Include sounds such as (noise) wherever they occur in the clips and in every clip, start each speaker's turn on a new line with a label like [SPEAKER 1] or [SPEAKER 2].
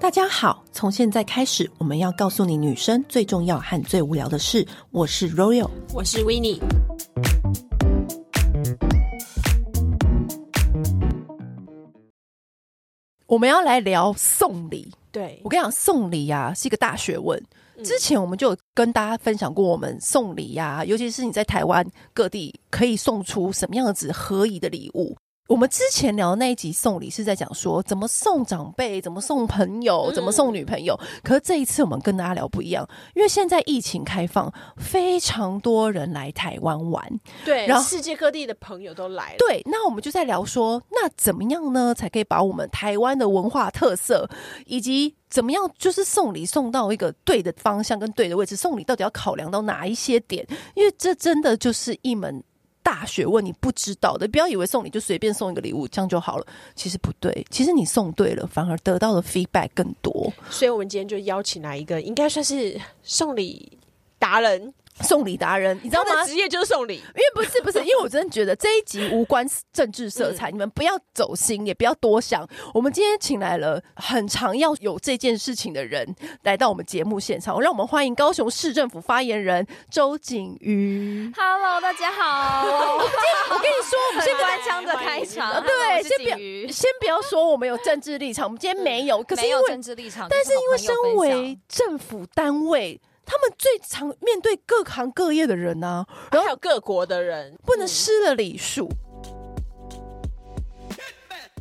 [SPEAKER 1] 大家好，从现在开始，我们要告诉你女生最重要和最无聊的事。我是 Royal，
[SPEAKER 2] 我是 w i n n i e
[SPEAKER 1] 我们要来聊送礼。
[SPEAKER 2] 对
[SPEAKER 1] 我跟你讲，送礼呀、是一个大学问。之前我们就有跟大家分享过，我们送礼呀、尤其是你在台湾各地可以送出什么样子合宜的礼物。我们之前聊的那一集送礼是在讲说怎么送长辈，怎么送朋友，
[SPEAKER 2] 嗯
[SPEAKER 1] 怎么送女朋友。可是这一次我们跟大家聊不一样，因为现在疫情开放，非常多人来台湾玩，
[SPEAKER 2] 对，
[SPEAKER 1] 然后
[SPEAKER 2] 世界各地的朋友都来了，
[SPEAKER 1] 对，那我们就在聊说，那怎么样呢，才可以把我们台湾的文化特色，以及怎么样就是送礼送到一个对的方向跟对的位置，送礼到底要考量到哪一些点？因为这真的就是一门大学问，你不知道的。不要以为送礼就随便送一个礼物，这样就好了。其实不对，其实你送对了，反而得到的 feedback 更多。
[SPEAKER 2] 所以我们今天就邀请来一个应该算是送礼达人，
[SPEAKER 1] (laughs) 送礼达人，你知道
[SPEAKER 2] 他
[SPEAKER 1] 吗
[SPEAKER 2] 的？职业就是送礼，
[SPEAKER 1] 因为不是不是，因为我真的觉得这一集无关政治色彩，你们不要走心，也不要多想。我们今天请来了很常要有这件事情的人来到我们节目现场，让我们欢迎高雄市政府发言人周景瑜。
[SPEAKER 3] Hello，大家好，
[SPEAKER 1] 我跟你说，我们
[SPEAKER 3] 很
[SPEAKER 1] 先不要
[SPEAKER 3] 官腔的
[SPEAKER 1] (laughs)
[SPEAKER 3] 开呃场，
[SPEAKER 1] 呃对，
[SPEAKER 3] 谢
[SPEAKER 1] 先不要先不要说我们有政治立场，我们今天没有，可是
[SPEAKER 3] 嗯没
[SPEAKER 1] 因
[SPEAKER 3] 有
[SPEAKER 1] 为
[SPEAKER 3] 政治立场，
[SPEAKER 1] 但
[SPEAKER 3] 就是
[SPEAKER 1] 因为
[SPEAKER 3] 好
[SPEAKER 1] 身
[SPEAKER 3] 朋友分
[SPEAKER 1] 为政府单位。他们最常面对各行各业的人啊呢、
[SPEAKER 2] 然后还有各国的人，
[SPEAKER 1] 不能
[SPEAKER 2] 嗯
[SPEAKER 1] 失了礼数。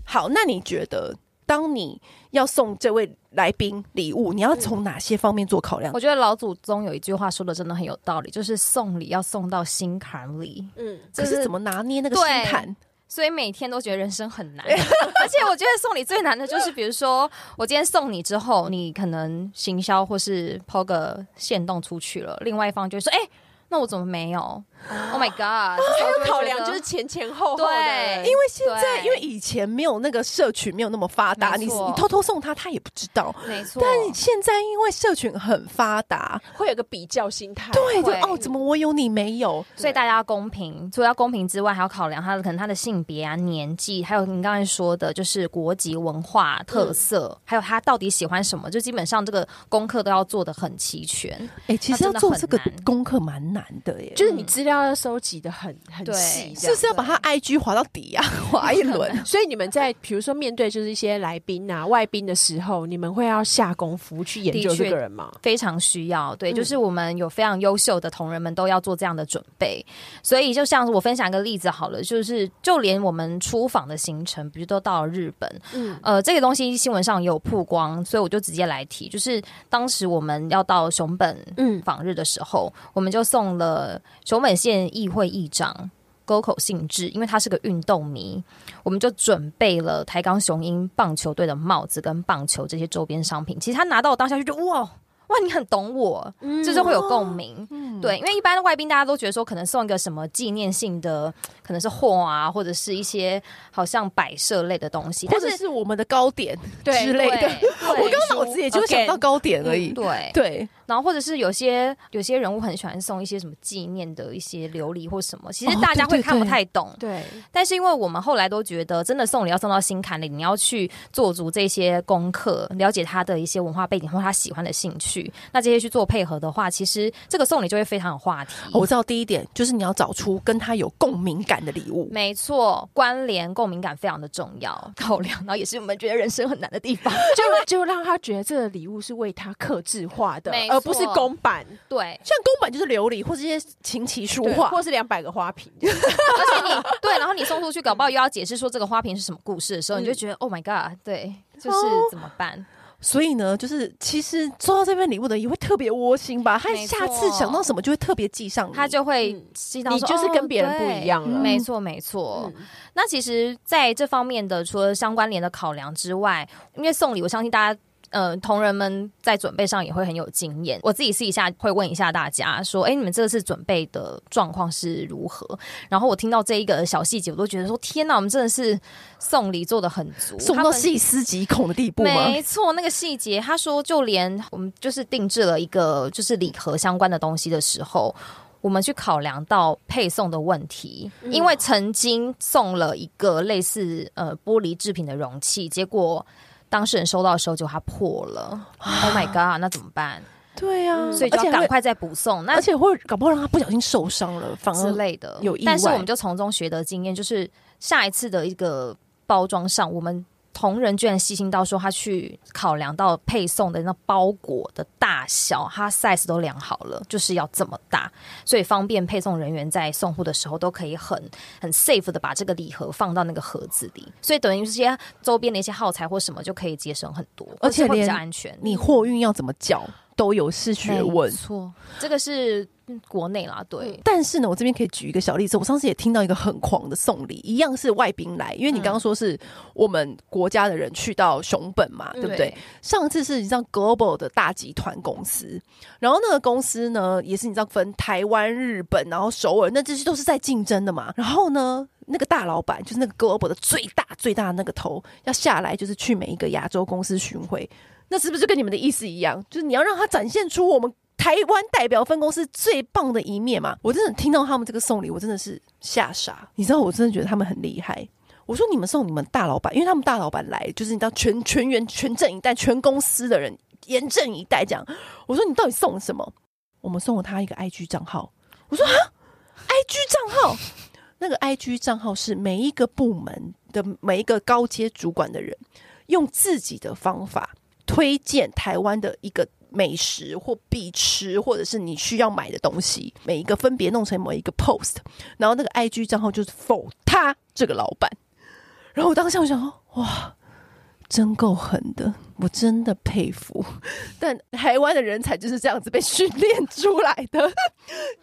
[SPEAKER 1] 好，那你觉得，当你要送这位来宾礼物，你要从哪些方面做考量
[SPEAKER 3] 享，我？觉得老祖宗有一句话说的真的很有道理，就是送礼要送到心坎里。
[SPEAKER 2] 嗯，
[SPEAKER 1] 可
[SPEAKER 3] 就是
[SPEAKER 1] 怎么拿捏那个心
[SPEAKER 3] 对
[SPEAKER 1] 坎？
[SPEAKER 3] 所以每天都觉得人生很难， (laughs) 而且我觉得送礼最难的就是，比如说我今天送你之后，你可能行销或是抛个线动出去了，另外一方就会说：“哎、那我怎么没有？”Oh my (laughs)
[SPEAKER 2] 还
[SPEAKER 3] god！
[SPEAKER 2] 有
[SPEAKER 3] 这时候就会觉得
[SPEAKER 2] 考量就是前前后后的人，
[SPEAKER 3] 对
[SPEAKER 1] 因为现在，
[SPEAKER 3] 对
[SPEAKER 1] 因为以前没有那个社群没有那么发达，
[SPEAKER 3] 没
[SPEAKER 1] 你
[SPEAKER 3] 错
[SPEAKER 1] 你偷偷送他，他也不知道。
[SPEAKER 3] 没错，
[SPEAKER 1] 但现在因为社群很发达，
[SPEAKER 2] 会有个比较心态，
[SPEAKER 1] 对，就
[SPEAKER 3] 会
[SPEAKER 1] 哦，怎么我有你没有？
[SPEAKER 3] 所以大家要公平，除了要公平之外，还要考量他的可能他的性别啊、年纪，还有您刚才说的，就是国籍、文化特色，还有他到底喜欢什么，就基本上这个功课都要做的很齐全。
[SPEAKER 1] 哎、其实
[SPEAKER 3] 那
[SPEAKER 1] 要
[SPEAKER 3] 真的
[SPEAKER 1] 做
[SPEAKER 3] 很
[SPEAKER 1] 这个
[SPEAKER 3] 难
[SPEAKER 1] 功课蛮难的耶，
[SPEAKER 2] 就是你资料要收集的很很
[SPEAKER 3] 对
[SPEAKER 2] 细，这
[SPEAKER 1] 是不
[SPEAKER 2] 样
[SPEAKER 1] 是要把他 IG 划到底 (laughs) 呀、划一轮？
[SPEAKER 3] (laughs)
[SPEAKER 2] 所以你们在比如说面对就是一些来宾啊、外宾的时候，你们会要下功夫去研究
[SPEAKER 3] 的确
[SPEAKER 2] 这个人吗？
[SPEAKER 3] 非常需要，对，
[SPEAKER 2] 嗯
[SPEAKER 3] 就是我们有非常优秀的同仁们都要做这样的准备。所以就像我分享一个例子好了，就是就连我们出访的行程，比如都到了日本，
[SPEAKER 2] 嗯，
[SPEAKER 3] 呃，这个东西新闻上也有曝光，所以我就直接来提，就是当时我们要到熊本
[SPEAKER 2] 嗯
[SPEAKER 3] 访日的时候，我们就送了熊本县议会议长沟口信治，因为他是个运动迷，我们就准备了台钢雄鹰棒球队的帽子跟棒球这些周边商品。其实他拿到我当下就觉得哇哇，你很懂我，
[SPEAKER 1] 嗯
[SPEAKER 3] 就是会有共鸣。
[SPEAKER 1] 哦
[SPEAKER 3] 对，因为一般的外宾大家都觉得说，可能送一个什么纪念性的，可能是货啊，或者是一些好像摆设类的东西，
[SPEAKER 1] 或
[SPEAKER 3] 但
[SPEAKER 1] 者
[SPEAKER 3] 是
[SPEAKER 1] 是我们的糕点
[SPEAKER 3] 对
[SPEAKER 1] 之类的。
[SPEAKER 3] 对对
[SPEAKER 1] (laughs)
[SPEAKER 3] 嗯
[SPEAKER 1] 我刚脑子也就想到糕点而已。
[SPEAKER 3] 对，
[SPEAKER 1] 对，
[SPEAKER 3] 然后或者是有些有些人物很喜欢送一些什么纪念的一些琉璃或什么，其
[SPEAKER 1] 哦
[SPEAKER 3] 实大家
[SPEAKER 1] 对对
[SPEAKER 3] 会看不
[SPEAKER 1] 对
[SPEAKER 3] 太懂。
[SPEAKER 2] 对，
[SPEAKER 3] 但是因为我们后来都觉得，真的送礼要送到心坎里，你要去做足这些功课，了解他的一些文化背景或他喜欢的兴趣，那这些去做配合的话，其实这个送礼就会非常有话题。
[SPEAKER 1] 哦我知道第一点就是你要找出跟他有共鸣感的礼物。
[SPEAKER 3] 没错，关联共鸣感非常的重要，考量，然后也是我们觉得人生很难的地方。 (laughs)
[SPEAKER 2] (laughs) 就就让他觉得这个礼物是为他克制化的
[SPEAKER 3] 没，错
[SPEAKER 2] 而不是公版，
[SPEAKER 3] 对，
[SPEAKER 1] 像公版就是琉璃或者一些琴棋书
[SPEAKER 2] 对
[SPEAKER 1] 画，
[SPEAKER 2] 或是两百个花瓶。
[SPEAKER 3] 而且你对，然后你送出去，搞不好又要解释说这个花瓶是什么故事的
[SPEAKER 2] 嗯
[SPEAKER 3] 时候，你就觉得 Oh my God，对，就是
[SPEAKER 1] 哦
[SPEAKER 3] 怎么办？
[SPEAKER 1] 所以呢，就是其实收到这份礼物的也会特别窝心吧。他
[SPEAKER 3] 没错
[SPEAKER 1] 下次想到什么就会特别记上你
[SPEAKER 3] 他就会
[SPEAKER 2] 嗯
[SPEAKER 3] 知道
[SPEAKER 2] 你
[SPEAKER 3] 说
[SPEAKER 2] 就是
[SPEAKER 3] 哦
[SPEAKER 2] 跟别人不
[SPEAKER 3] 对
[SPEAKER 2] 一样了。嗯
[SPEAKER 3] 没错，没错。那其实在这方面的，除了相关联的考量之外，因为送礼，我相信大家。呃，同仁们在准备上也会很有经验。我自己私底下会问一下大家，说：“哎、你们这次准备的状况是如何？”然后我听到这一个小细节，我都觉得说：“天哪，我们真的是送礼做的很足，
[SPEAKER 1] 送
[SPEAKER 3] 他
[SPEAKER 1] 到
[SPEAKER 3] 们
[SPEAKER 1] 细思极恐的地步吗？
[SPEAKER 3] 没错，那个细节，他说就连我们就是定制了一个就是礼盒相关的东西的时候。我们去考量到配送的问题，
[SPEAKER 1] 嗯
[SPEAKER 3] 因为曾经送了一个类似呃玻璃制品的容器，结果当事人收到的时候，结果它破了，Oh my god，那怎么办？
[SPEAKER 1] 对呀、
[SPEAKER 2] 嗯
[SPEAKER 3] 所以就
[SPEAKER 1] 啊而且还
[SPEAKER 3] 要赶
[SPEAKER 1] 会，
[SPEAKER 3] 快再补送。那
[SPEAKER 1] 而且会搞不好让他不小心受伤了，反
[SPEAKER 3] 之
[SPEAKER 1] 而
[SPEAKER 3] 类的，
[SPEAKER 1] 哦有意
[SPEAKER 3] 但是
[SPEAKER 1] 外
[SPEAKER 3] 我们就从中学得经验，就是下一次的一个包装上，我们同仁居然细心到说他去考量到配送的那包裹的大小，他 size 都量好了，就是要这么大，所以方便配送人员在送货的时候都可以很很 safe 的把这个礼盒放到那个盒子里，所以等于这些周边的一些耗材或什么就可以节省很多，
[SPEAKER 1] 而且
[SPEAKER 3] 或是会比
[SPEAKER 1] 连
[SPEAKER 3] 较安全。
[SPEAKER 1] 你货运要怎么缴都有是学问
[SPEAKER 3] 没。错，这个是嗯国内啦，对。
[SPEAKER 1] 但是呢，我这边可以举一个小例子，我上次也听到一个很狂的送礼，一样是外宾来，因为你刚刚说是我们国家的人去到熊本嘛，对不对？？上次是你知道 Global 的大集团公司，然后那个公司呢，也是你知道分台湾、日本，然后首尔，那这些都是在竞争的嘛。然后呢，那个大老板就是那个 Global 的最大最大的那个头，要下来就是去每一个亚洲公司巡回，那是不是就跟你们的意思一样？就是你要让他展现出我们。台湾代表分公司最棒的一面嘛！我真的听到他们这个送礼，我真的是吓傻。你知道，我真的觉得他们很厉害。我说你们送你们大老板，因为他们大老板来，就是你知道全全员全阵以待，全公司的人严阵以待这样。我说你到底送了什么？我们送了他一个 IG 账号。我说啊，IG 账号，那个 IG 账号是每一个部门的每一个高阶主管的人用自己的方法推荐台湾的一个。美食或必吃，或者是你需要买的东西，每一个分别弄成某一个 post，然后那个 IG 账号就是否他这个老板，然后我当下我想说，哇，真够狠的，我真的佩服。但台湾的人才就是这样子被训练出来的，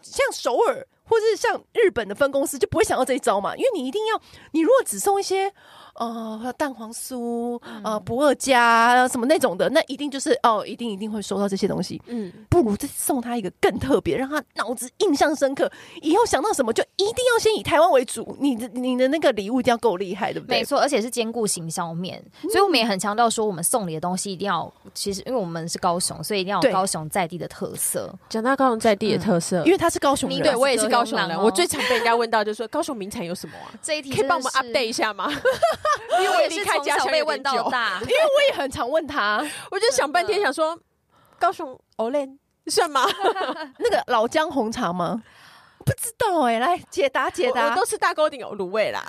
[SPEAKER 1] 像首尔或是像日本的分公司就不会想到这一招嘛，因为你一定要，你如果只送一些。呃，蛋黄酥，呃，不二家啊什么那种的，那一定就是哦，一定一定会收到这些东西。
[SPEAKER 2] 嗯，
[SPEAKER 1] 不如再送他一个更特别，让他脑子印象深刻，以后想到什么就一定要先以台湾为主。你的你的那个礼物一定要够厉害，对不对？
[SPEAKER 3] 没错，而且是兼顾行销面，所以我们也很强调说，我们送礼的东西一定要，其实因为我们是高雄，所以一定要
[SPEAKER 1] 对
[SPEAKER 3] 有高雄在地的特色。
[SPEAKER 2] 讲到高雄在地的特色，
[SPEAKER 1] 因为他是高雄人，
[SPEAKER 3] 你
[SPEAKER 2] 对我也是高雄
[SPEAKER 3] 高雄
[SPEAKER 2] 人，
[SPEAKER 3] 人哦
[SPEAKER 2] 我最常被人家问到就是说高雄名产有什么
[SPEAKER 3] (laughs)
[SPEAKER 2] 啊？
[SPEAKER 3] 这一题
[SPEAKER 2] 可以帮我们 update 一下吗？因为我
[SPEAKER 3] 我
[SPEAKER 2] 也
[SPEAKER 3] 也
[SPEAKER 2] 离
[SPEAKER 3] 是
[SPEAKER 2] 开
[SPEAKER 3] 从
[SPEAKER 2] 家
[SPEAKER 3] 小
[SPEAKER 2] 乡
[SPEAKER 3] 被
[SPEAKER 2] 有
[SPEAKER 3] 问
[SPEAKER 2] 点
[SPEAKER 3] 到
[SPEAKER 2] 久，
[SPEAKER 3] 大，
[SPEAKER 1] 我也很常问他
[SPEAKER 2] 我就想半天想说高雄 Olen 算吗？
[SPEAKER 1] (laughs) 那个老姜红茶吗？不知道哎、来解答解
[SPEAKER 2] 我我
[SPEAKER 1] 答
[SPEAKER 2] 都。是大沟顶有卤味啦，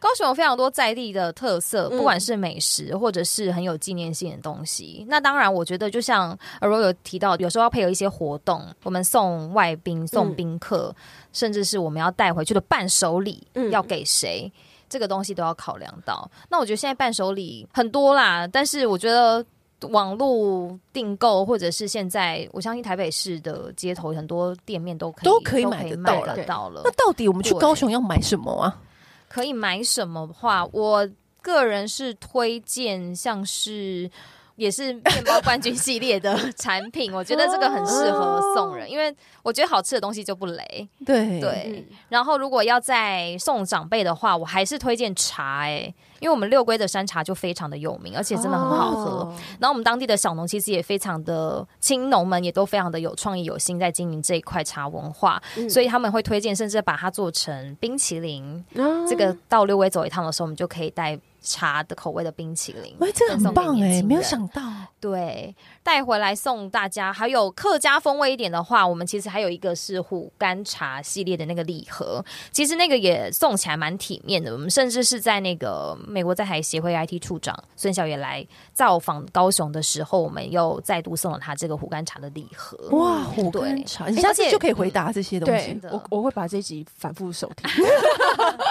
[SPEAKER 3] 高雄有非常多在地的特色，
[SPEAKER 2] 嗯
[SPEAKER 3] 不管是美食或者是很有纪念性的东西。那当然，我觉得就像 a r o 有提到，有时候要配合一些活动，我们送外宾、
[SPEAKER 1] 嗯
[SPEAKER 3] 送宾客，甚至是我们要带回去的伴手礼、
[SPEAKER 2] 嗯
[SPEAKER 3] 要给谁。这个东西都要考量到。那我觉得现在伴手礼很多啦，但是我觉得网络订购或者是现在，我相信台北市的街头很多店面都可以
[SPEAKER 1] 都可以
[SPEAKER 3] 都
[SPEAKER 1] 买
[SPEAKER 3] 可以
[SPEAKER 1] 得
[SPEAKER 3] 买
[SPEAKER 1] 到
[SPEAKER 2] 啦
[SPEAKER 3] 得到了
[SPEAKER 1] 那。到底我们去
[SPEAKER 3] 对
[SPEAKER 1] 高雄要买什么啊？
[SPEAKER 3] 可以买什么的话，我个人是推荐像是。也是面包冠军系列的产品，我觉得这个很适合送人，因为我觉得好吃的东西就不雷。
[SPEAKER 1] 对
[SPEAKER 3] 对，
[SPEAKER 2] 嗯
[SPEAKER 3] 然后如果要再送长辈的话，我还是推荐茶、欸，因为我们六龟的山茶就非常的有名，而且真的很好喝。
[SPEAKER 2] 哦。
[SPEAKER 3] 然后我们当地的小农其实也非常的青农们也都非常的有创意有心在经营这一块茶文化，
[SPEAKER 2] 嗯
[SPEAKER 3] 所以他们会推荐甚至把它做成冰淇淋，
[SPEAKER 2] 啊
[SPEAKER 3] 这个到六位走一趟的时候，我们就可以带茶的口味的冰淇淋，
[SPEAKER 1] 喂，这个很棒哎、
[SPEAKER 3] 哎、
[SPEAKER 1] 没有想到，
[SPEAKER 3] 对带回来送大家。还有客家风味一点的话，我们其实还有一个是虎干茶系列的那个礼盒，其实那个也送起来蛮体面的。我们甚至是在那个美国在台协会 IT 处长孙小野来造访高雄的时候，我们又再度送了他这个虎干茶的礼盒。
[SPEAKER 1] 哇，虎
[SPEAKER 3] 对
[SPEAKER 1] 干茶，
[SPEAKER 3] 哎
[SPEAKER 1] 你下次
[SPEAKER 3] 而且
[SPEAKER 1] 就可以回答这些东
[SPEAKER 2] 对
[SPEAKER 1] 西。
[SPEAKER 3] 的
[SPEAKER 2] 我我会把这集反复收听。 (laughs)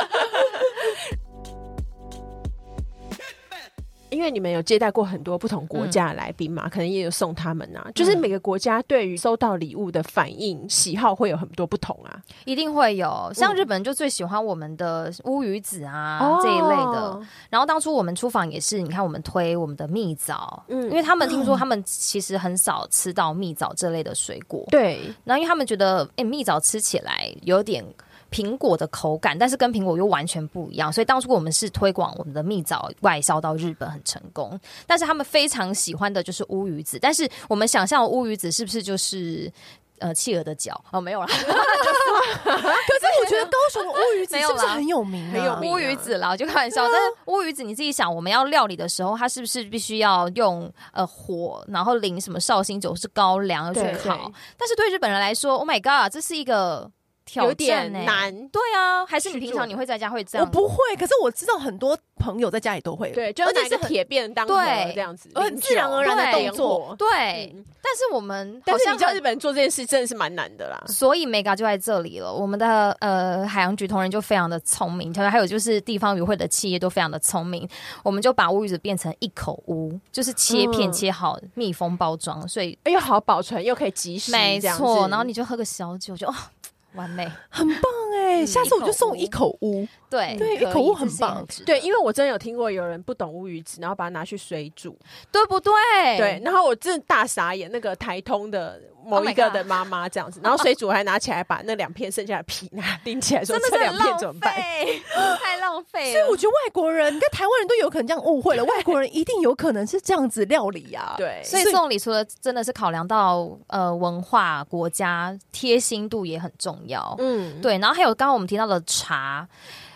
[SPEAKER 2] 因为你们有接待过很多不同
[SPEAKER 3] 嗯
[SPEAKER 2] 国家的来宾嘛，可能也有送他们啊。就是每个国家对于收到礼物的反应、喜好会有很多不同啊。
[SPEAKER 3] 一定会有，像
[SPEAKER 1] 嗯
[SPEAKER 3] 日本就最喜欢我们的乌鱼子啊、这一类的。
[SPEAKER 2] 哦，
[SPEAKER 3] 然后当初我们出访也是，你看我们推我们的蜜枣，
[SPEAKER 2] 嗯
[SPEAKER 3] 因为他们听说他们其实很少吃到蜜枣这类的水果，
[SPEAKER 2] 对，
[SPEAKER 3] 然后因为他们觉得，哎、蜜枣吃起来有点。苹果的口感，但是跟苹果又完全不一样，所以当初我们是推广我们的蜜枣外销到日本很成功，但是他们非常喜欢的就是乌鱼子，但是我们想象的乌鱼子是不是就是呃企鹅的脚？哦，没有啦，
[SPEAKER 1] 可是我我觉得高雄的乌鱼 (laughs) 子
[SPEAKER 3] 没有
[SPEAKER 1] 是不是
[SPEAKER 3] 啦
[SPEAKER 1] 很有名、啊？
[SPEAKER 2] 很有名
[SPEAKER 3] 乌鱼子啦，就开玩
[SPEAKER 2] 啊
[SPEAKER 3] 笑。但是乌鱼子你自己想，我们要料理的时候，它是不是必须要用呃火，然后淋什么绍兴酒是高粱去
[SPEAKER 2] 对
[SPEAKER 3] 烤？但是对日本人来说，Oh my God，这是一个挑
[SPEAKER 2] 有
[SPEAKER 3] 战欸
[SPEAKER 2] 点
[SPEAKER 3] 呢、
[SPEAKER 2] 难。
[SPEAKER 3] 对啊，还是你
[SPEAKER 2] 去
[SPEAKER 3] 平
[SPEAKER 2] 做
[SPEAKER 3] 常你会在家会这
[SPEAKER 1] 我
[SPEAKER 3] 样？
[SPEAKER 1] 不会，可是我知道很多朋友在家里都会。
[SPEAKER 2] 对，就
[SPEAKER 1] 而
[SPEAKER 2] 是
[SPEAKER 1] 且
[SPEAKER 2] 拿一
[SPEAKER 1] 是
[SPEAKER 2] 个
[SPEAKER 1] 很
[SPEAKER 2] 铁便当盒
[SPEAKER 3] 对
[SPEAKER 2] 这样子，
[SPEAKER 1] 很自然而然
[SPEAKER 3] 的动
[SPEAKER 1] 作
[SPEAKER 3] 对，
[SPEAKER 2] 嗯
[SPEAKER 3] 但是我们好
[SPEAKER 2] 但是
[SPEAKER 3] 像
[SPEAKER 2] 你叫
[SPEAKER 3] 很
[SPEAKER 2] 日本人做这件事真的是蛮难的啦。
[SPEAKER 3] 所以 mega 就在这里了。我们的呃海洋局同仁就非常的聪明，他还有就是地方渔会的企业都非常的聪明，我们就把乌鱼子变成一口乌，就是切片
[SPEAKER 2] 嗯
[SPEAKER 3] 切好，密封包装，所以
[SPEAKER 2] 哎又好保存，又可以及时，
[SPEAKER 3] 没
[SPEAKER 2] 这样
[SPEAKER 3] 错。
[SPEAKER 2] 子
[SPEAKER 3] 然后你就喝个小酒，就哦，完美。
[SPEAKER 1] 很棒哎、
[SPEAKER 2] 嗯
[SPEAKER 1] 下次我就送
[SPEAKER 3] 一
[SPEAKER 1] 一
[SPEAKER 3] 口
[SPEAKER 1] 口乌。
[SPEAKER 3] 对
[SPEAKER 1] 对啊
[SPEAKER 3] 可
[SPEAKER 1] 一
[SPEAKER 3] 以
[SPEAKER 1] 口乌
[SPEAKER 3] 这
[SPEAKER 1] 很
[SPEAKER 3] 是一个
[SPEAKER 1] 棒
[SPEAKER 3] 很值得
[SPEAKER 2] 对，因为我真的有听过有人不懂乌鱼子，然后把它拿去水煮，
[SPEAKER 3] 对不对？
[SPEAKER 2] 对，然后我真的大傻眼，那个台通的某
[SPEAKER 3] Oh my
[SPEAKER 2] 一个的妈妈这样子，然后水煮还拿起来把那两片剩下的皮拿拎起来说
[SPEAKER 3] 真
[SPEAKER 2] 这
[SPEAKER 3] 的是
[SPEAKER 2] 两
[SPEAKER 3] 很
[SPEAKER 2] 片怎么
[SPEAKER 3] 浪
[SPEAKER 2] 办？
[SPEAKER 3] 费，太浪费
[SPEAKER 1] 所以我
[SPEAKER 3] 了。
[SPEAKER 1] 觉得外国人跟台湾人都有可能这样误会了，外国人一定有可能是这样子料理啊。
[SPEAKER 2] 对，
[SPEAKER 3] 所以送礼除了真的是考量到呃文化、国家贴心度也很重要。
[SPEAKER 2] 嗯，
[SPEAKER 3] 对，然后还有刚刚我们提到的茶，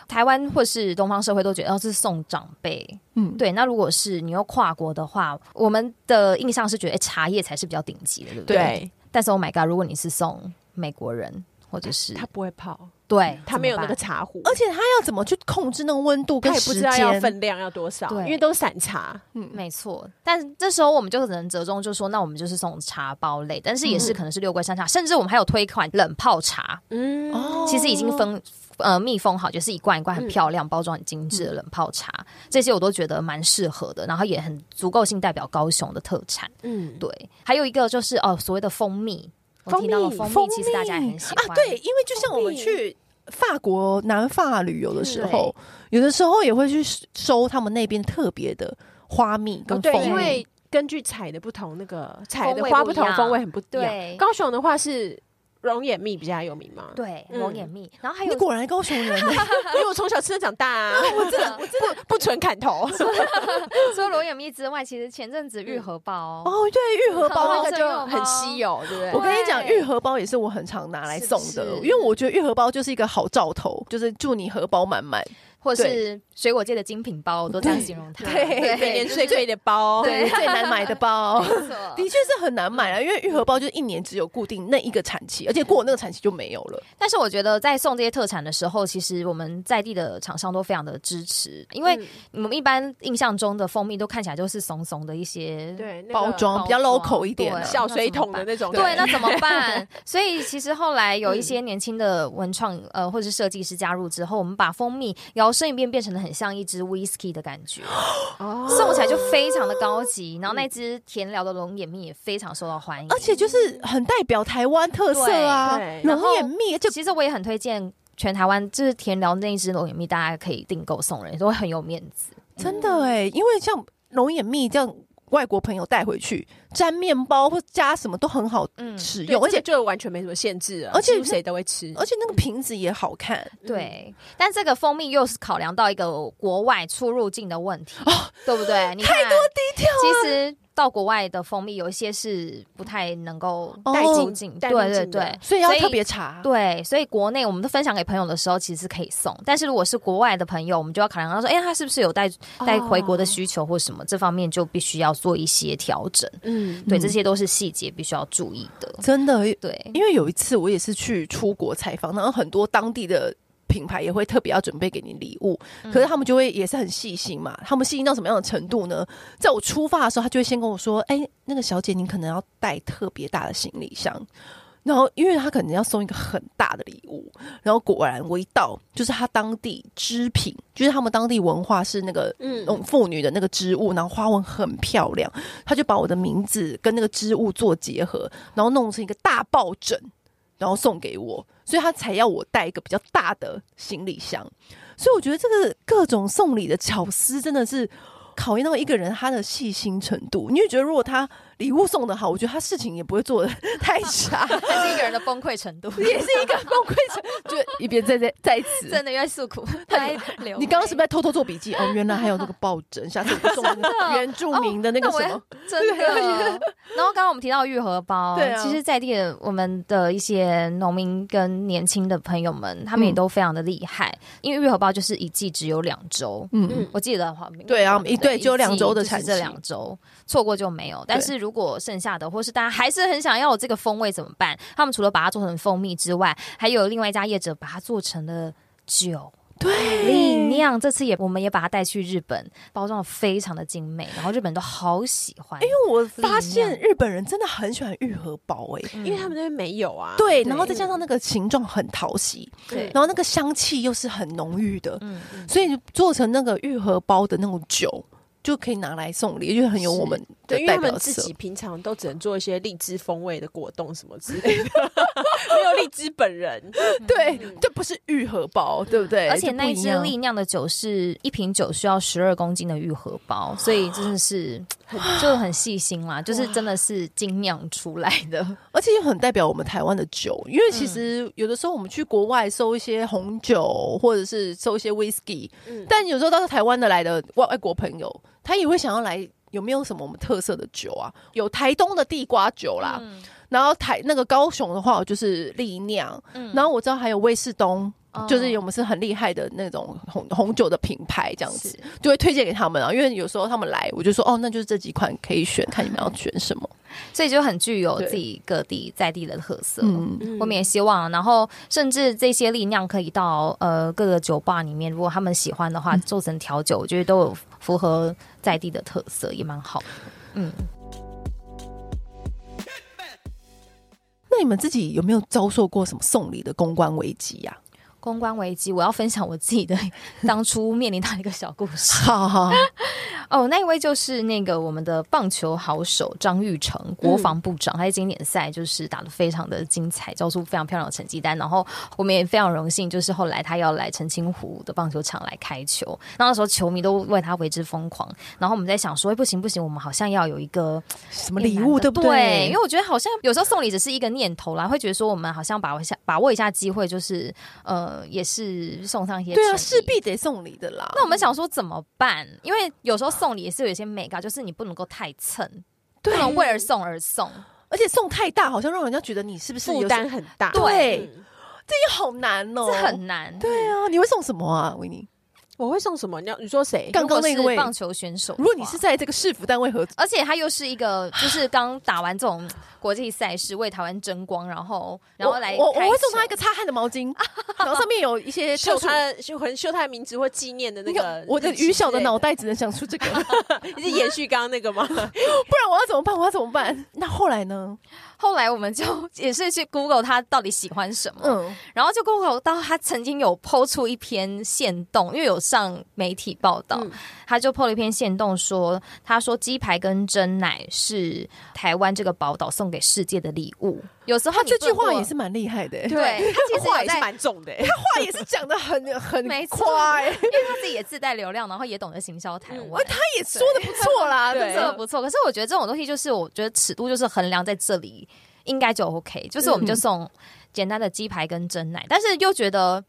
[SPEAKER 3] 台湾或是东方社会都觉得哦，这是送长辈。
[SPEAKER 1] 嗯，
[SPEAKER 3] 对，那如果是你又跨国的话，我们的印象是觉得、诶哎茶叶才是比较顶级的，对不对？。
[SPEAKER 2] 对，
[SPEAKER 3] 但是 Oh my God，如果你是送美国人或者是
[SPEAKER 2] 他不会泡，
[SPEAKER 3] 对，
[SPEAKER 2] 他没有那个
[SPEAKER 3] 怎么
[SPEAKER 2] 茶壶，
[SPEAKER 1] 而且他要怎么去控制那个温度
[SPEAKER 2] 他
[SPEAKER 1] 跟
[SPEAKER 2] 也不
[SPEAKER 1] 时
[SPEAKER 2] 知道要
[SPEAKER 1] 间？嗯
[SPEAKER 2] 分量要多少，
[SPEAKER 3] 对
[SPEAKER 2] 因为都是散茶。
[SPEAKER 3] 办没错。但这时候我们就只能折中，就说那我们就是送茶包类，但是也是可能是六桂山茶，甚至我们还有推款冷泡茶，
[SPEAKER 2] 嗯
[SPEAKER 1] 哦
[SPEAKER 3] 其实已经分呃密封好，就是一罐一罐很漂亮，包装很精
[SPEAKER 2] 嗯
[SPEAKER 3] 致的冷泡茶，这些我都觉得蛮适合的，然后也很足够性代表高雄的特产。
[SPEAKER 2] 嗯，
[SPEAKER 3] 对，还有一个就是哦，所谓的蜂蜜，我
[SPEAKER 2] 蜂
[SPEAKER 3] 听到了
[SPEAKER 2] 蜜
[SPEAKER 3] 蜂
[SPEAKER 1] 蜂
[SPEAKER 3] 蜜
[SPEAKER 1] 蜜，
[SPEAKER 3] 其实大家也很喜欢。
[SPEAKER 1] 啊，对，因为就像我们去法国南法旅游的时候，有的时候也会去收他们那边特别的花蜜
[SPEAKER 2] 哦
[SPEAKER 1] 跟
[SPEAKER 2] 对
[SPEAKER 1] 蜂，蜜，
[SPEAKER 2] 因为根据采的不同，那个采
[SPEAKER 3] 风
[SPEAKER 2] 的
[SPEAKER 3] 味
[SPEAKER 2] 花
[SPEAKER 3] 不
[SPEAKER 2] 不
[SPEAKER 3] 一
[SPEAKER 2] 同，
[SPEAKER 3] 样
[SPEAKER 2] 风味很不一
[SPEAKER 3] 对
[SPEAKER 2] 样。高雄的话是龙眼蜜比较有名嘛，，
[SPEAKER 3] 对
[SPEAKER 2] 嗯
[SPEAKER 3] 龙眼蜜，然后还
[SPEAKER 1] 你
[SPEAKER 3] 有
[SPEAKER 1] 果然高雄人呢。
[SPEAKER 2] 因为我从小吃的长大啊，
[SPEAKER 3] 我真的
[SPEAKER 2] 不纯砍头。
[SPEAKER 3] (laughs) 除了龙眼蜜之外，其实前阵子玉荷包
[SPEAKER 1] (laughs) 哦， (laughs) 对，愈合包
[SPEAKER 3] 好
[SPEAKER 2] 那
[SPEAKER 1] 那个。
[SPEAKER 2] 个就很稀有，对不对？
[SPEAKER 1] 我跟你讲，
[SPEAKER 3] 对
[SPEAKER 1] 愈合包也是我很常拿来送
[SPEAKER 3] 是
[SPEAKER 1] 的，
[SPEAKER 3] 不是
[SPEAKER 1] 因为我觉得愈合包就是一个好兆头，就是祝你荷包满 (laughs) 满。
[SPEAKER 3] 或是水果界的精品包，我都这样形容它。
[SPEAKER 1] 对
[SPEAKER 2] 每年碎碎的包，
[SPEAKER 3] 对
[SPEAKER 1] 最难买的包，
[SPEAKER 3] 没错
[SPEAKER 1] (laughs) 的确是很难买啊，因为愈合包就是一年只有固定那一个产期，而且过了那个产期就没有了。
[SPEAKER 3] 但是我觉得在送这些特产的时候，其实我们在地的厂商都非常的支持，因为
[SPEAKER 2] 嗯
[SPEAKER 3] 我们一般印象中的蜂蜜都看起来就是怂怂的一些
[SPEAKER 2] 对，那个
[SPEAKER 1] 包装比较
[SPEAKER 3] 包
[SPEAKER 1] local 一点啊
[SPEAKER 3] 对
[SPEAKER 2] 小水桶的那种，
[SPEAKER 3] 哦对，那怎么办？所以其实后来有一些年轻的文创呃或者是设计师加入之后，我们把蜂蜜摇身一变，变成了很像一支 whisky 的感觉，
[SPEAKER 2] 哦
[SPEAKER 3] 送起来就非常的高级。然后那支甜聊的龙眼蜜也非常受到欢迎，
[SPEAKER 1] 而且就是很代表台湾特色啊
[SPEAKER 2] 对，对
[SPEAKER 1] 龙眼蜜，就
[SPEAKER 3] 其实我也很推荐。全台湾就是甜聊那一支龙眼蜜，大家可以订购送人，都会很有面子。
[SPEAKER 1] 真的哎、
[SPEAKER 2] 嗯
[SPEAKER 1] 因为像龙眼蜜这样，外国朋友带回去沾面包或加什么都很好
[SPEAKER 3] 嗯，
[SPEAKER 1] 使
[SPEAKER 2] 对
[SPEAKER 1] 用，而
[SPEAKER 2] 这
[SPEAKER 1] 且
[SPEAKER 2] 个就完全没什么限制啊，
[SPEAKER 1] 而且呃
[SPEAKER 2] 几乎谁都会吃，
[SPEAKER 1] 而且那个瓶子也好看，
[SPEAKER 3] 对。但这个蜂蜜又是考量到一个国外出入境的问题，
[SPEAKER 1] 哦
[SPEAKER 3] 对不
[SPEAKER 1] (laughs)
[SPEAKER 3] 对？你太多 detail 其实到国外的蜂蜜有一些是不太能够
[SPEAKER 1] 哦
[SPEAKER 2] 带
[SPEAKER 3] 入
[SPEAKER 2] 进
[SPEAKER 3] 境，
[SPEAKER 2] 带
[SPEAKER 3] 对
[SPEAKER 2] 入
[SPEAKER 3] 对
[SPEAKER 2] 境的
[SPEAKER 3] 对，
[SPEAKER 1] 所以要特别查。
[SPEAKER 3] 对，所以国内我们都分享给朋友的时候，其实可以送。但是如果是国外的朋友，我们就要考量到说，哎、他是不是有带
[SPEAKER 1] 哦
[SPEAKER 3] 带回国的需求或什么，这方面就必须要做一些调整。
[SPEAKER 2] 嗯，
[SPEAKER 3] 对，
[SPEAKER 1] 嗯
[SPEAKER 3] 这些都是细节必须要注意的。
[SPEAKER 1] 真的，
[SPEAKER 3] 对，
[SPEAKER 1] 因为有一次我也是去出国采访，然后很多当地的。品牌也会特别要准备给你礼物，可是他们就会也是很细心嘛。他们细心到什么样的程度呢？在我出发的时候，他就会先跟我说：“哎、那个小姐，你可能要带特别大的行李箱。”然后，因为他可能要送一个很大的礼物，然后果然我一到，就是他当地织品，就是他们当地文化是那个
[SPEAKER 2] 嗯
[SPEAKER 1] 嗯妇女的那个织物，然后花纹很漂亮，他就把我的名字跟那个织物做结合，然后弄成一个大抱枕，然后送给我，所以他才要我带一个比较大的行李箱。所以我觉得这个各种送礼的巧思真的是考验到一个人他的细心程度。你就觉得如果他礼物送的好，我觉得他事情也不会做的太差，
[SPEAKER 3] 这是一个人的崩溃程度，
[SPEAKER 1] (laughs) 也是一个崩溃者。就 (laughs) 一边在在在此，
[SPEAKER 3] 真的要
[SPEAKER 1] (laughs)
[SPEAKER 3] 诉苦，太流泪。
[SPEAKER 1] 你刚刚是不是在偷偷做笔记？哦，原来还有那个抱枕，下次我送那个原住民的那个
[SPEAKER 3] 我
[SPEAKER 1] 什
[SPEAKER 3] 要
[SPEAKER 1] 么？
[SPEAKER 3] (laughs)
[SPEAKER 1] (laughs) 啊
[SPEAKER 3] 真的。然后刚刚我们提到愈合包，
[SPEAKER 1] 对啊
[SPEAKER 3] 其实在地的我们的一些农民跟年轻的朋友们，他们也
[SPEAKER 1] 嗯
[SPEAKER 3] 都非常的厉害，因为愈合包就是一季只有两周。
[SPEAKER 1] 嗯，
[SPEAKER 3] 我记得的话，
[SPEAKER 1] 对啊一对
[SPEAKER 3] 季
[SPEAKER 1] 只有两周的
[SPEAKER 3] 就是
[SPEAKER 1] 产期
[SPEAKER 3] 这两周错过就没有。但是如果剩下的，或是大家还是很想要有这个风味怎么办？他们除了把它做成蜂蜜之外，还有另外一家业者把它做成了酒。对，力
[SPEAKER 1] 嗯
[SPEAKER 3] 酿这次也，我们也把它带去日本，包装的非常的精美，然后日本人都好喜欢，因为
[SPEAKER 1] 因为我发现日本人真的很喜欢愈合包诶、欸
[SPEAKER 2] 因为他们那边没有啊。
[SPEAKER 1] 对，然后再加上那个形状很讨喜，
[SPEAKER 3] 对
[SPEAKER 1] 然后那个香气又是很浓郁的，
[SPEAKER 3] 嗯
[SPEAKER 1] 所以做成那个愈合包的那种酒，就可以拿来送礼，就很有我们的
[SPEAKER 2] 对，因为
[SPEAKER 1] 代
[SPEAKER 2] 他
[SPEAKER 1] 表
[SPEAKER 2] 们自
[SPEAKER 1] 色
[SPEAKER 2] 己。平常都只能做一些荔枝风味的果冻什么之类的， (laughs) 没有荔枝本人。
[SPEAKER 1] (laughs) 对，这不是愈合包，对不对？
[SPEAKER 3] 而且
[SPEAKER 1] 就不
[SPEAKER 3] 那一
[SPEAKER 1] 一
[SPEAKER 3] 支
[SPEAKER 1] 样
[SPEAKER 3] 力酿的酒是一瓶酒需要十二公斤的愈合包，所以真的
[SPEAKER 1] (gasps)
[SPEAKER 3] 是就很细心啦，就是真的是精酿出来的。
[SPEAKER 1] 而且也很代表我们台湾的酒，因为其
[SPEAKER 3] 嗯
[SPEAKER 1] 实有的时候我们去国外收一些红酒，或者是收一些 whisky，、
[SPEAKER 2] 嗯
[SPEAKER 1] 但有时候到台湾的来的外外国朋友，他也会想要来。有没有什么我们特色的酒啊？有台东的地瓜酒啦，
[SPEAKER 3] 嗯
[SPEAKER 1] 然后台那个高雄的话，我就是力酿，
[SPEAKER 3] 嗯
[SPEAKER 1] 然后我知道还有威士东，
[SPEAKER 3] 哦
[SPEAKER 1] 就是我们是很厉害的那种红红酒的品牌，这样子
[SPEAKER 3] 是
[SPEAKER 1] 就会推荐给他们啊。因为有时候他们来，我就说哦，那就是这几款可以选，看你们要选什么。
[SPEAKER 3] 所以就很具有
[SPEAKER 1] 对
[SPEAKER 3] 自己各地在地的特色。
[SPEAKER 1] 嗯，
[SPEAKER 3] 我们也希望，然后甚至这些力量可以到呃各个酒吧里面，如果他们喜欢的话，
[SPEAKER 1] 嗯
[SPEAKER 3] 做成调酒，我觉得都有符合在地的特色，也蛮好的。嗯，
[SPEAKER 1] 那你们自己有没有遭受过什么送礼的公关危机啊呀、
[SPEAKER 3] (laughs) 公关危机，我要分享我自己的 (laughs) 当初面临到一个小故事。
[SPEAKER 1] 好好，
[SPEAKER 3] (laughs) 哦，那一位就是那个我们的棒球好手张玉成，国防部长，他在经典赛就是打得非常的精彩，交出非常漂亮的成绩单。然后我们也非常荣幸，就是后来他要来澄清湖的棒球场来开球，那那时候球迷都为他为之疯狂。然后我们在想说，哎，不行不行，我们好像要有一个
[SPEAKER 1] 什么礼物对不
[SPEAKER 3] 对？
[SPEAKER 1] 对？
[SPEAKER 3] 因为我觉得好像有时候送礼只是一个念头啦，会觉得说我们好像把握一下把握一下机会，就是呃，也是送上一些
[SPEAKER 1] 对啊，
[SPEAKER 3] 诚
[SPEAKER 1] 势
[SPEAKER 3] 意
[SPEAKER 1] 必得送礼的啦。
[SPEAKER 3] 那我们想说怎么办？因为有时候送礼也是有一些美感，就是你不能够太蹭，不
[SPEAKER 1] 对，啊
[SPEAKER 3] 能为而送而送。
[SPEAKER 1] 而且送太大，好像让人家觉得你是不是有
[SPEAKER 2] 负担？很大。
[SPEAKER 1] 对
[SPEAKER 2] 嗯，
[SPEAKER 1] 这也好难哦，
[SPEAKER 3] 这很难。
[SPEAKER 1] 对啊。你会送什么啊，维尼？
[SPEAKER 2] 我会送什么？你要你说谁？
[SPEAKER 1] 刚刚那
[SPEAKER 3] 如
[SPEAKER 1] 个
[SPEAKER 3] 果
[SPEAKER 1] 位，
[SPEAKER 3] 是棒球选手，
[SPEAKER 1] 如果你是。在这个市府单位合作，
[SPEAKER 3] 而且他又是一个，就是刚打完这种国际赛事，为台湾争光，然后然后来
[SPEAKER 1] 我我
[SPEAKER 3] 开
[SPEAKER 1] 我会送他
[SPEAKER 3] 球
[SPEAKER 1] 一个擦汗的毛
[SPEAKER 3] (laughs)
[SPEAKER 1] 巾，然后上面有一些
[SPEAKER 2] 秀
[SPEAKER 1] 特殊
[SPEAKER 2] 他。的，秀可能秀他的名字或纪念的那
[SPEAKER 1] 那
[SPEAKER 2] 个
[SPEAKER 1] 个。我的愚小的脑
[SPEAKER 2] 袋，
[SPEAKER 1] 袋只能想出这个， (laughs) 不
[SPEAKER 2] 你是延续刚刚那个吗？
[SPEAKER 1] 然我要怎么办？我要怎么办？那后来呢？
[SPEAKER 3] 后来我们就 (laughs) 也是去 Google 他到底喜欢什么，
[SPEAKER 1] 嗯，
[SPEAKER 3] 然后就 Google 到他曾经有抛出一篇线动，因为有上媒体报道，
[SPEAKER 2] 嗯
[SPEAKER 3] 他就 PO 了一篇线动说，他说鸡排跟蒸奶是台湾这个宝岛送给世界的礼物。有时候
[SPEAKER 1] 他
[SPEAKER 3] 你
[SPEAKER 1] 这句
[SPEAKER 3] 不能
[SPEAKER 1] 话
[SPEAKER 3] 过
[SPEAKER 1] 也是蛮厉害的欸，
[SPEAKER 3] (laughs) 对，他其实
[SPEAKER 2] 话
[SPEAKER 3] 有
[SPEAKER 2] 也是
[SPEAKER 3] 在，
[SPEAKER 2] 蛮重的欸。
[SPEAKER 1] 话也是讲的很很
[SPEAKER 3] 没错
[SPEAKER 1] 快欸，
[SPEAKER 3] 因为他自己也自带流量，然后也懂得行销台湾。
[SPEAKER 1] 他也说的不错啦，
[SPEAKER 2] 对
[SPEAKER 1] 真
[SPEAKER 3] 这个
[SPEAKER 1] 的。
[SPEAKER 3] 不错，可是我觉得这种东西就是，我觉得尺度就是衡量在这里，应该就 OK。就是我们就送简单的鸡排跟蒸奶，但是又觉得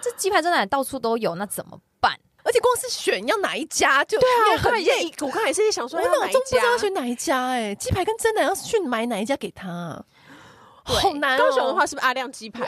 [SPEAKER 3] 这鸡排蒸奶到处都有，那怎么办？
[SPEAKER 1] 而且光是选要哪一家就对
[SPEAKER 3] 啊
[SPEAKER 2] 啊
[SPEAKER 3] (laughs)
[SPEAKER 2] 我
[SPEAKER 1] 很
[SPEAKER 2] 刚才也，我刚才也是在想说
[SPEAKER 1] 我
[SPEAKER 2] 要
[SPEAKER 1] 脑
[SPEAKER 2] 哪一
[SPEAKER 1] 中不知
[SPEAKER 2] 家
[SPEAKER 1] 道要选哪一家哎，鸡排跟真的要去买哪一家给他啊，好难哦。
[SPEAKER 2] 高雄的话是不是阿亮鸡排？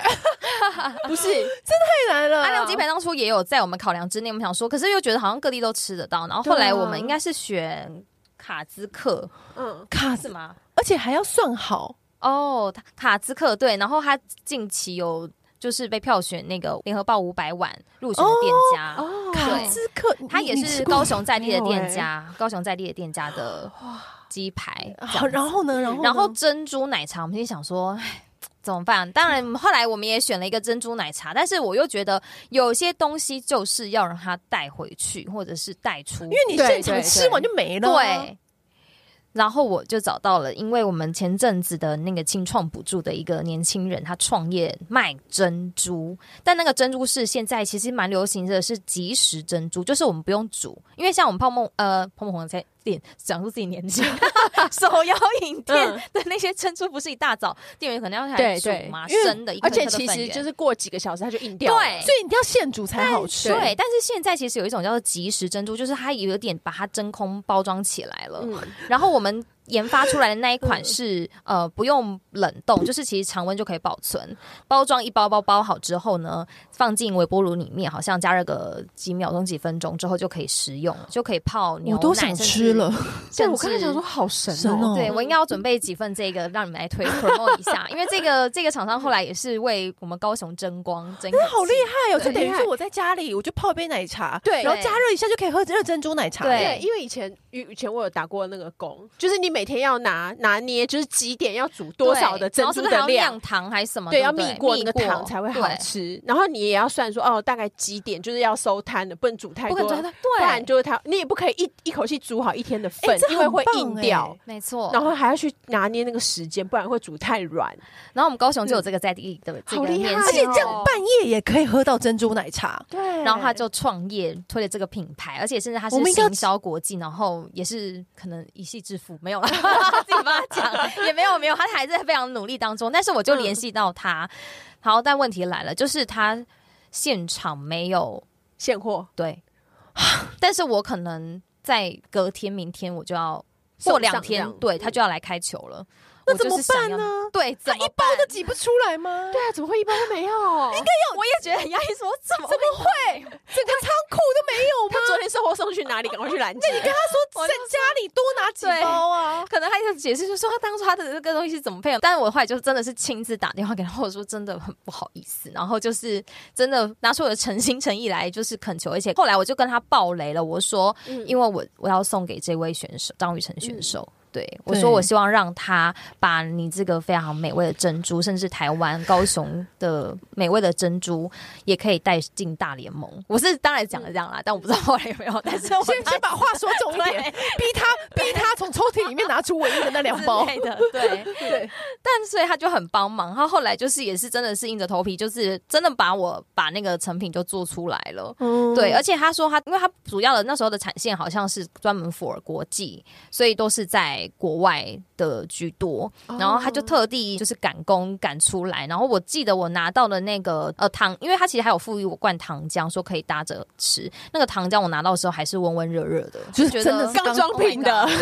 [SPEAKER 2] 不是，
[SPEAKER 1] 太难了，
[SPEAKER 3] 阿亮鸡排当初也有在我们考量之内，我们想说，可是又觉得好像各地都吃得到，然后后来我们应该是选卡兹克
[SPEAKER 2] 嗯，
[SPEAKER 1] 卡
[SPEAKER 3] 是
[SPEAKER 1] 子，
[SPEAKER 3] 吗？
[SPEAKER 1] 而且还要算好，
[SPEAKER 3] 哦，他卡兹克对，然后他近期有就是被票选那个联合报五百碗入选的店家。
[SPEAKER 2] 哦
[SPEAKER 1] 卡兹克
[SPEAKER 3] 他也是高，雄在地的店家，高雄在地的店家的鸡排。
[SPEAKER 1] 你你
[SPEAKER 3] 这
[SPEAKER 1] 吃
[SPEAKER 3] 样
[SPEAKER 1] 过然后呢，然后呢
[SPEAKER 3] 然后珍珠奶茶，我们心里想说。唉怎么办？当然，后来我们也选了一个珍珠奶茶，但是我又觉得有些东西就是要让它带回去，或者是带出，因
[SPEAKER 1] 因为你现场吃完就没了，啊
[SPEAKER 3] 对。然后我就找到了，因为我们前阵子的那个青创补助的一个年轻人，他创业卖珍珠，但那个珍珠是现在其实蛮流行的是即食珍珠，就是我们不用煮，因为像我们泡沫呃泡沫红茶店，讲出自己年 (laughs) 纪，手摇饮店的那些珍珠不是一大早店员可能要来
[SPEAKER 2] 对
[SPEAKER 3] 煮
[SPEAKER 2] 对
[SPEAKER 3] 嘛，，
[SPEAKER 2] 因为
[SPEAKER 3] 生的，一颗
[SPEAKER 2] 而
[SPEAKER 3] 一颗
[SPEAKER 2] 且
[SPEAKER 3] 的
[SPEAKER 2] 其
[SPEAKER 3] 粉
[SPEAKER 2] 实
[SPEAKER 3] 圆
[SPEAKER 2] 就是过几个小时它就硬掉了。
[SPEAKER 3] 对
[SPEAKER 1] 所以你一定要现煮才好吃。
[SPEAKER 3] 对，但是现在其实有一种叫做即食珍珠，就是它有点把它真空包装起来了。
[SPEAKER 2] 嗯，
[SPEAKER 3] 然后我们研发出来的那一款是、呃不用冷冻，就是其实常温就可以保存。包装一包包包好之后呢，放进微波炉里面，好像加热个几秒钟、几分钟之后就可以食用，就可以泡牛奶。
[SPEAKER 1] 我都想吃
[SPEAKER 3] 哎
[SPEAKER 1] 了，
[SPEAKER 2] 对
[SPEAKER 3] 甚至，
[SPEAKER 2] 我刚才想说
[SPEAKER 3] 甚至。
[SPEAKER 2] 好神
[SPEAKER 1] 神
[SPEAKER 2] 哦
[SPEAKER 1] 哦，
[SPEAKER 3] 对，我应该要准备几份这个，让你们来
[SPEAKER 2] (laughs)
[SPEAKER 3] 推 promote 一下，因为这个这个厂商后来也是为我们高雄争光，争口
[SPEAKER 1] 好厉
[SPEAKER 3] 气
[SPEAKER 1] 害哦！就
[SPEAKER 2] 对
[SPEAKER 1] 等于
[SPEAKER 2] 厉害
[SPEAKER 1] 说我在家里，我就泡一杯奶茶，
[SPEAKER 2] 对
[SPEAKER 1] 然后加热一下就可以喝热珍珠奶茶。
[SPEAKER 3] 对
[SPEAKER 2] 对，因为以前以以前我有打过那个工，就是你每天要拿拿捏，就是几点要煮多少的珍珠的
[SPEAKER 3] 对然后是不是还要
[SPEAKER 2] 量
[SPEAKER 3] 酿。糖还是什么？
[SPEAKER 2] 对，
[SPEAKER 3] 对
[SPEAKER 2] 要
[SPEAKER 3] 不对，
[SPEAKER 2] 密过那个糖才会好
[SPEAKER 3] 对
[SPEAKER 2] 吃。然后你也要算说，哦，大概几点就是要收摊的，不能煮太
[SPEAKER 3] 不
[SPEAKER 2] 多，
[SPEAKER 3] 可能
[SPEAKER 2] 不然
[SPEAKER 3] 对，
[SPEAKER 2] 就是它，你也不可以一一口气煮好一天的
[SPEAKER 1] 哎
[SPEAKER 2] 份，
[SPEAKER 1] 这
[SPEAKER 2] 因为
[SPEAKER 1] 很
[SPEAKER 2] 会
[SPEAKER 1] 棒
[SPEAKER 2] 硬
[SPEAKER 1] 哎
[SPEAKER 2] 掉，
[SPEAKER 3] 没错。
[SPEAKER 2] 然后还要去拿捏那个时间，不然会煮太软。
[SPEAKER 3] 然后我们高雄就有这个在地的这
[SPEAKER 2] 好
[SPEAKER 3] 个
[SPEAKER 2] 厉害
[SPEAKER 3] 面
[SPEAKER 2] 哦
[SPEAKER 3] 试，
[SPEAKER 1] 而且这样半夜也可以喝到珍珠奶茶。
[SPEAKER 2] 对，
[SPEAKER 3] 然后他就创业推了这个品牌，而且甚至他是
[SPEAKER 1] 我们应该
[SPEAKER 3] 行销国际，然后也是可能一夕致富，没有啦， (laughs) 自己帮他讲也没有没有，他还在非常努力当中。但是我就联系到他，好，但问题来了，就是他现场没有
[SPEAKER 2] 现货
[SPEAKER 3] 对，但是我可能在隔天明天我就要
[SPEAKER 2] 送
[SPEAKER 3] 过
[SPEAKER 2] 上
[SPEAKER 3] 两
[SPEAKER 2] 这
[SPEAKER 3] 天
[SPEAKER 2] 样，
[SPEAKER 3] 对他就要来开球了，
[SPEAKER 1] 那
[SPEAKER 3] 我
[SPEAKER 1] 怎
[SPEAKER 3] 就
[SPEAKER 1] 么
[SPEAKER 3] 是想
[SPEAKER 1] 办
[SPEAKER 3] 要
[SPEAKER 1] 呢？
[SPEAKER 3] 对，怎么
[SPEAKER 1] 包都挤不出来吗？
[SPEAKER 2] 对啊，怎么会一般都没有？应该
[SPEAKER 3] 办？我也觉得很压抑，说怎么怎么会？
[SPEAKER 1] 整个仓库都没有
[SPEAKER 2] 他昨天送货送去哪里？赶快去拦截。
[SPEAKER 1] 说在家里多拿几包啊。
[SPEAKER 3] 可能他就解释，就说他当初他的这个东西是怎么配合，但是我后来就真的是亲自打电话给他，我说真的很不好意思，然后就是真的拿出我的诚心诚意来，就是恳求，而且后来我就跟他爆雷了，我说
[SPEAKER 2] 嗯
[SPEAKER 3] 因为我我要送给这位选手张雨晨选
[SPEAKER 1] 嗯
[SPEAKER 3] 手。对，我
[SPEAKER 1] 对
[SPEAKER 3] 说我希望让他把你这个非常美味的珍珠，甚至台湾高雄的美味的珍珠，也可以带进大联盟。我是当然讲了这样啦，但我不知道后来有没有。但是我
[SPEAKER 1] 先先把话说重一点
[SPEAKER 3] (laughs) 对，
[SPEAKER 1] 逼他逼他从抽屉里面拿出唯一的那两包
[SPEAKER 3] (laughs) 之。类的，对对。但所以他就很帮忙，他后来就是也是真的是硬着头皮，就是真的把我把那个成品就做出来了。
[SPEAKER 1] 嗯
[SPEAKER 3] 对，而且他说他，因为他主要的那时候的产线好像是专门 for 国际，所以都是在国外的居多。
[SPEAKER 1] 哦
[SPEAKER 3] 然后他就特地就是赶工赶出来，然后我记得我拿到的那个呃糖，因为他其实还有赋予我灌糖浆，说可以搭着吃。那个糖浆我拿到的时候还是温温热热的，
[SPEAKER 1] 就是
[SPEAKER 3] 觉得
[SPEAKER 1] 真的是
[SPEAKER 2] 刚装瓶的
[SPEAKER 3] Oh my god，